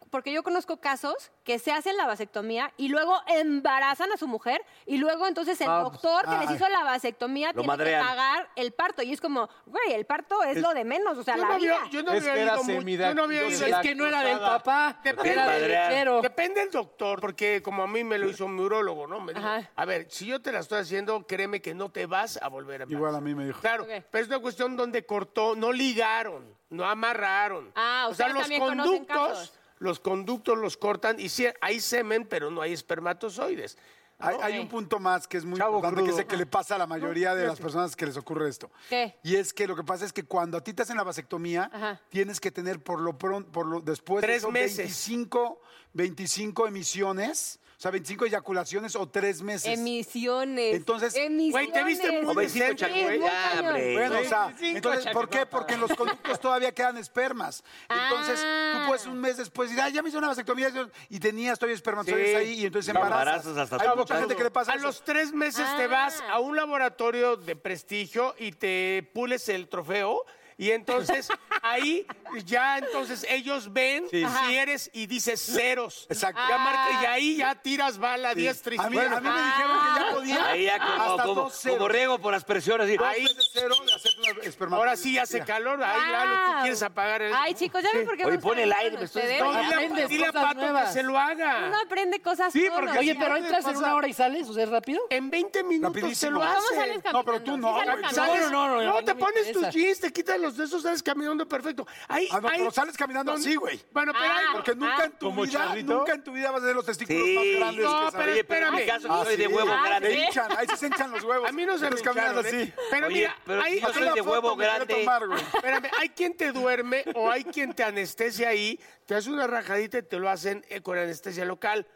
S11: Porque yo conozco casos que se hacen la vasectomía y luego embarazan a su mujer y luego entonces el
S4: Ah, pues,
S11: doctor que
S4: ah,
S11: les hizo la vasectomía
S4: lo
S11: tiene
S4: madrean.
S11: que pagar el parto y es como, güey, el parto es,
S4: Es-
S11: lo de menos, o sea,
S5: Yo
S11: la
S5: no había-
S11: vida.
S5: yo no había oído mu- yo no había oído-
S2: Es que no era del papá,
S5: Depende,
S2: era del lechero.
S5: depende del doctor, porque como a mí me lo hizo un neurólogo, ¿no? Me dijo, a ver, si yo te la estoy haciendo, créeme que no te vas a volver a embarazar.
S8: Igual a mí me dijo.
S5: Claro, pero es una cuestión donde cortó, no ligaron, no amarraron.
S11: Ah,
S5: o sea,
S11: ustedes
S5: los
S11: también conocen
S5: conductos,
S11: casos.
S5: los conductos los cortan y sí, hay semen, pero no hay espermatozoides.
S8: Hay, hay un punto más que es muy importante, que
S5: crudo.
S8: es el que le pasa a la mayoría
S5: No,
S8: de las
S5: fíjate.
S8: personas que les ocurre esto.
S11: ¿Qué?
S8: Y es que lo que pasa es que cuando a ti te hacen la vasectomía, tienes que tener por lo pronto, por lo después de
S5: Tres
S8: eso,
S5: meses.
S8: 25, 25 emisiones, o sea, 25 eyaculaciones o tres meses.
S11: Emisiones.
S8: Entonces,
S11: emisiones.
S8: Güey, te viste muy Jovencito, decente, Chaco, güey.
S11: muy
S8: Ya,
S11: cañón.
S8: hombre. Bueno, o sea,
S4: 25
S8: entonces, ¿por qué? Porque en los conductos todavía quedan espermas. Entonces,
S11: Ah.
S8: tú puedes un mes después decir, ah, ya me hice una vasectomía y tenías todavía espermatozoides
S5: Sí.
S8: ahí y entonces
S4: No,
S8: embarazas.
S4: embarazas hasta
S8: Hay
S4: tu
S8: mucha gente
S4: chaco.
S8: que le pasa
S5: a
S8: eso.
S5: los tres meses
S8: Ah.
S11: Ah.
S5: te vas a un laboratorio de prestigio y te pules el trofeo. Y entonces ahí ya entonces ellos ven
S8: Sí.
S5: si eres y dices ceros.
S8: Exacto.
S5: Ya marca- y ahí ya tiras bala
S8: Sí.
S5: diestra y
S8: A mí- a mí me
S5: siniestra.
S8: dijeron que ya podía.
S4: Ahí ya como,
S8: Hasta
S4: como,
S8: dos ceros.
S4: como riego por aspersión, así.
S8: Ahí cero de hacerte una espermatozoide.
S5: Ahora sí hace
S8: Mira.
S5: calor, ahí Lalo, tú
S11: Wow.
S5: quieres apagar el...
S11: Ay, chicos, ya ven por qué
S4: Oye,
S11: me gusta
S4: pon el
S11: hablar
S4: aire,
S11: con
S4: me estoy
S11: ustedes.
S5: No, dile a-
S2: aprendes
S5: dile a
S2: cosas
S5: Pato que
S2: nuevas.
S5: se lo haga.
S11: Uno aprende cosas
S5: Sí,
S11: solo.
S5: porque
S2: Oye,
S5: sí,
S2: pero
S5: antes
S2: entras en
S5: pasa-
S2: una hora y sales, o sea, ¿es rápido.
S5: En 20 minutos
S8: Rapidísimo.
S5: te lo
S11: ¿Cómo
S5: hacen.
S11: sales
S8: No, pero tú
S11: caminando?
S8: no.
S11: Sí sales caminando.
S8: güey.
S5: Sales-
S2: No, no, no, no, no
S5: te
S2: me
S5: pones tus
S2: interesa.
S5: jeans, te quitas los de esos, sales caminando perfecto. Ahí,
S8: Ah, no,
S5: ahí-
S8: pero sales caminando así, güey.
S5: Bueno, pero
S11: Ah,
S5: ahí-
S8: Porque nunca en tu
S3: ¿Como
S8: vida,
S3: charrito?
S8: nunca en tu vida vas a ver los testículos
S4: Sí.
S8: más grandes
S5: No,
S8: que
S5: pero
S8: sabes.
S4: Oye, pero en mi
S5: espérame.
S4: caso yo soy de
S8: sí.
S4: huevo
S11: Ah,
S4: grande.
S8: Se hinchan, ahí sí se hinchan los huevos.
S5: A mí no se me
S8: Entonces caminas
S5: hincharon, ¿eh?
S8: así.
S5: Pero
S4: Oye,
S5: mira,
S4: pero
S5: hay,
S4: yo
S5: hay
S4: soy
S5: una
S4: de
S5: foto,
S4: huevo
S5: me quiero
S4: grande.
S5: tomar, güey. Espérame, hay quien te duerme o hay quien te anestesia ahí, te hace una rajadita y te lo hacen eh, con anestesia local.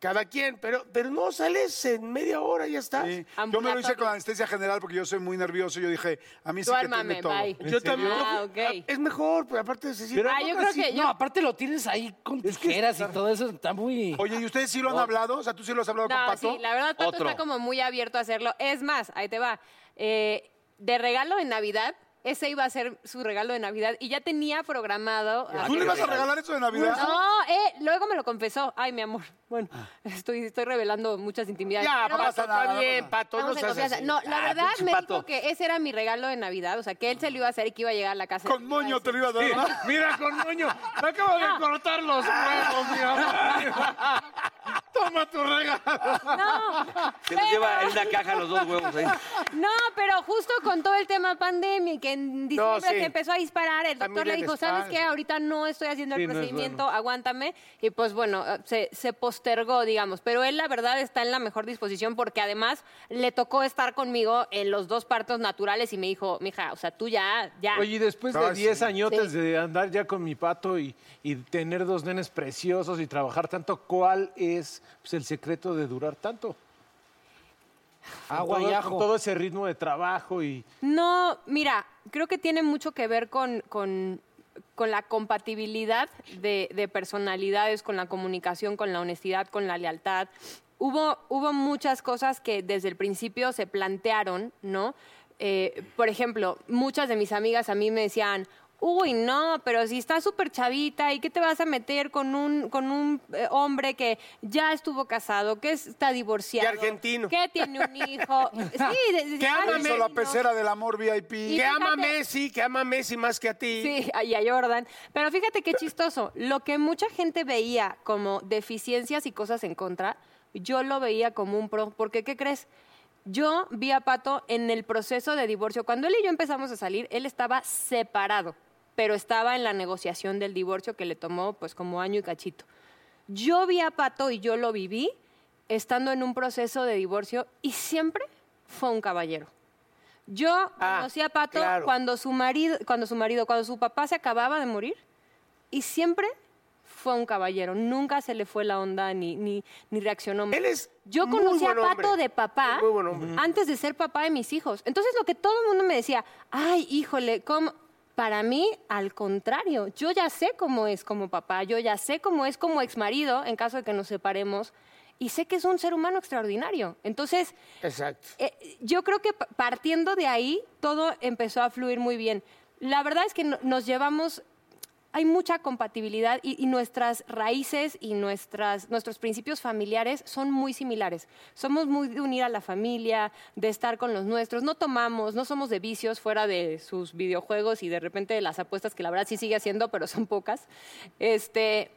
S5: Cada quien, pero, pero no sales en media hora, ya está.
S8: Sí.
S11: Ah,
S8: Yo me lo hice con
S11: Ambulatorio.
S8: anestesia general porque yo soy muy nervioso. Yo dije, a mí sí que tiene
S11: Duérmame,
S8: todo.
S11: bye.
S5: Yo también.
S11: Ah,
S5: yo-
S11: ok.
S5: Es mejor, pero aparte se siente.
S2: Pero
S11: Ah,
S2: no
S11: yo
S2: te
S11: creo
S2: así-
S11: que yo-
S2: No, aparte lo tienes ahí con tijeras y todo eso, está muy... Oh.
S8: Oye, ¿y ustedes sí lo han hablado? O sea, ¿tú sí lo has hablado con
S11: No,
S8: Pato?
S11: sí, la verdad Pato
S4: Otro.
S11: está como muy abierto a hacerlo. Es más, ahí te va. eh, de regalo de Navidad, ese iba a ser su regalo de Navidad y ya tenía programado.
S4: Ah,
S8: ¿Tú
S4: qué
S8: le vas a
S4: regalo.
S8: regalar eso de Navidad?
S11: No, eh, luego me lo confesó. Ay, mi amor. Bueno, estoy, estoy revelando muchas intimidades.
S5: Ya,
S11: pero-
S5: Pato,
S8: pasa nada,
S5: está
S8: no
S5: bien,
S8: pasa
S5: Pato, no
S11: Estamos en
S5: seas
S11: confianza.
S5: así.
S11: No, la
S4: Ah,
S11: verdad
S4: pinche
S11: me
S4: Pato.
S11: dijo que ese era mi regalo de Navidad, o sea, que él se lo iba a hacer y que iba a llegar a la casa. y
S8: Con
S11: que iba a
S8: moño te
S11: decir-
S8: lo iba a dar. ¿no?
S3: Mira con moño, me acabo de cortar los huevos, mi amor. Toma tu
S4: Ah,
S3: regalo.
S11: No,
S4: Se nos lleva en una caja los dos huevos ahí.
S11: No, pero justo con todo el tema pandemia y que en diciembre
S5: sí.
S11: se empezó a disparar, el doctor
S5: Familia
S11: le dijo, ¿sabes qué?
S5: desfalsa.
S11: Ahorita no estoy haciendo
S3: Sí,
S11: el
S3: no es
S11: procedimiento, aguántame. Y pues bueno, eh, se, se postergó, digamos. Pero él la verdad está en la mejor disposición porque además le tocó estar conmigo en los dos partos naturales y me dijo, mija, o sea, tú ya, ya.
S3: Oye, y después de
S8: Ah,
S3: 10 añotes
S11: Sí.
S3: de andar ya con mi pato y, y tener dos nenes preciosos y trabajar tanto, ¿cuál es pues, el secreto de durar tanto?
S2: Agua
S3: Con
S2: y
S3: todo-
S2: ajo.
S3: Con todo ese ritmo de trabajo y...
S11: No, mira, creo que tiene mucho que ver con, con- con la compatibilidad de, de personalidades, con la comunicación, con la honestidad, con la lealtad. Hubo, hubo muchas cosas que desde el principio se plantearon, ¿no? Eh, por ejemplo, muchas de mis amigas a mí me decían, uy, no, pero si estás súper chavita, ¿y qué te vas a meter con un, con un eh, hombre que ya estuvo casado, que es- está divorciado?
S5: argentino.
S11: Que tiene un hijo. Sí, de- de-
S5: Que ama
S2: eh?
S11: ay,
S8: Hizo la
S11: no.
S8: pecera del amor VIP.
S11: Y
S5: Que ama a
S11: fíjate-
S5: Messi, que ama a Messi más que a ti.
S11: Sí, y a Jordan. Pero fíjate qué chistoso. Lo que mucha gente veía como deficiencias y cosas en contra, yo lo veía como un pro. Porque, ¿qué crees? Yo vi a Pato en el proceso de divorcio. Cuando él y yo empezamos a salir, él estaba separado, pero estaba en la negociación del divorcio que le tomó pues como año y cachito. Yo vi a Pato y yo lo viví estando en un proceso de divorcio y siempre fue un caballero. Yo conocí a Pato
S9: claro.
S11: cuando su marido, cuando su marido, cuando su papá se acababa de morir y siempre fue un caballero. Nunca se le fue la onda ni, ni, ni reaccionó mal. Yo
S9: muy
S11: conocí a
S9: buen hombre.
S11: Pato de papá
S9: Muy buen hombre.
S11: antes de ser papá de mis hijos. Entonces lo que todo el mundo me decía, ay, híjole, ¿cómo? Para mí, al contrario, yo ya sé cómo es como papá, yo ya sé cómo es como exmarido en caso de que nos separemos y sé que es un ser humano extraordinario. Entonces,
S5: Exacto.
S11: eh, yo creo que pa- partiendo de ahí, todo empezó a fluir muy bien. La verdad es que no- nos llevamos, hay mucha compatibilidad y, y nuestras raíces y nuestras, nuestros principios familiares son muy similares. Somos muy de unir a la familia, de estar con los nuestros, no tomamos, no somos de vicios fuera de sus videojuegos y de repente de las apuestas que la verdad sí sigue haciendo, pero son pocas. Este,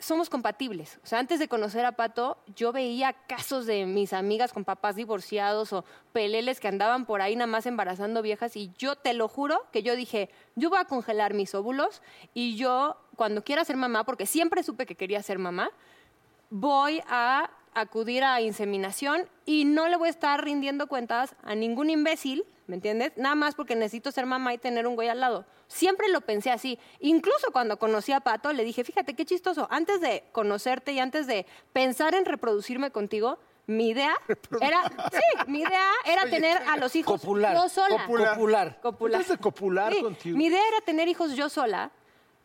S11: somos compatibles. O sea, antes de conocer a Pato, yo veía casos de mis amigas con papás divorciados o peleles que andaban por ahí nada más embarazando viejas y yo te lo juro que yo dije, yo voy a congelar mis óvulos y yo cuando quiera ser mamá, porque siempre supe que quería ser mamá, voy a acudir a inseminación y no le voy a estar rindiendo cuentas a ningún imbécil, ¿me entiendes? Nada más porque necesito ser mamá y tener un güey al lado. Siempre lo pensé así. Incluso cuando conocí a Pato, le dije, fíjate qué chistoso, antes de conocerte y antes de pensar en reproducirme contigo, mi idea era, sí, mi idea era
S2: Oye,
S11: tener a los hijos
S2: copular,
S11: yo sola.
S2: copular, copular.
S11: Copular.
S2: Antes de copular
S11: Sí,
S2: contigo.
S11: Mi idea era tener hijos yo sola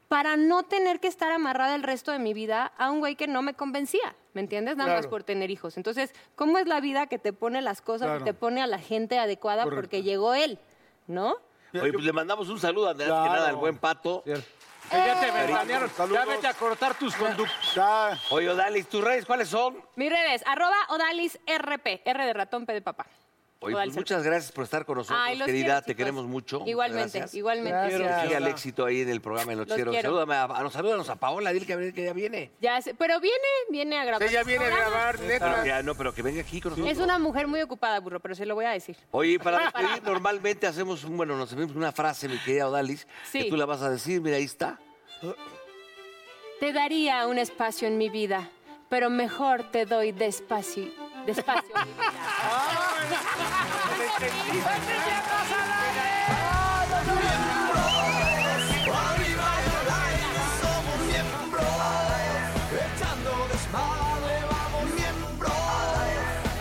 S11: para no tener que estar amarrada el resto de mi vida a un güey que no me convencía, ¿me entiendes? Nada más
S9: Claro.
S11: por tener hijos. Entonces, ¿cómo es la vida que te pone las cosas
S4: Claro.
S11: y te pone a la gente adecuada
S4: Correcto.
S11: porque llegó él, ¿no?
S4: Oye, pues le mandamos un saludo, antes que
S3: Claro.
S4: nada, al buen pato.
S3: ya
S11: Eh,
S3: te
S4: Carito.
S3: ventanearon. Ya vete a cortar tus conductas.
S4: Oye, Odalis, ¿tus redes cuáles son?
S11: Mis redes, arroba Odalis RP, R de ratón, P de papá.
S4: Oye,
S11: Odalis
S4: pues muchas gracias por estar con nosotros,
S11: Ay, los
S4: querida.
S11: quiero,
S4: te
S11: chicos.
S4: queremos mucho. Muchas
S11: Igualmente,
S4: gracias.
S11: igualmente.
S4: Que
S11: Gracias.
S4: siga el éxito ahí en el programa El
S11: Los
S4: Noticiero.
S11: quiero.
S4: Salúdame a, a- salúdanos a Paola, dile que, viene- que ya viene.
S11: Ya sé, pero viene, viene a grabar.
S5: Ella viene a
S11: Programa.
S5: grabar,
S4: Pero
S5: neta.
S4: que- no, pero que venga aquí con nosotros.
S11: Es una mujer muy ocupada, burro, pero se lo voy a decir.
S4: Oye, para despedir, normalmente hacemos, un- bueno, nos hacemos una frase, mi querida Odalis,
S11: Sí.
S4: que tú la vas a decir, mira, ahí está.
S11: Te daría un espacio en mi vida, pero mejor te doy despacio. Despacio. mi vida.
S9: Echando desmadre, vamos miembro.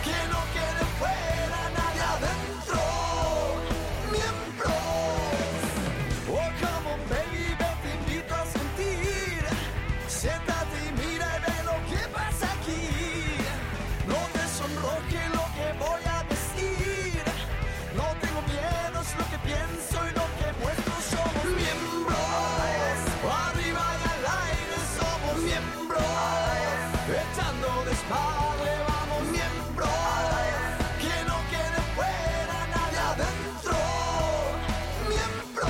S9: Que no quede fuera nadie adentro. Miembro. Oh, come on, baby, te invito a sentir. Siéntate y mira y ve lo que pasa aquí. No te sonroje lo que voy a decir. No tengo miedo, es lo que pienso y lo que muestro. Somos miembros. Arriba y al aire somos miembros. Echando desmadre, vamos miembros. Que no quede fuera nadie adentro. Miembros.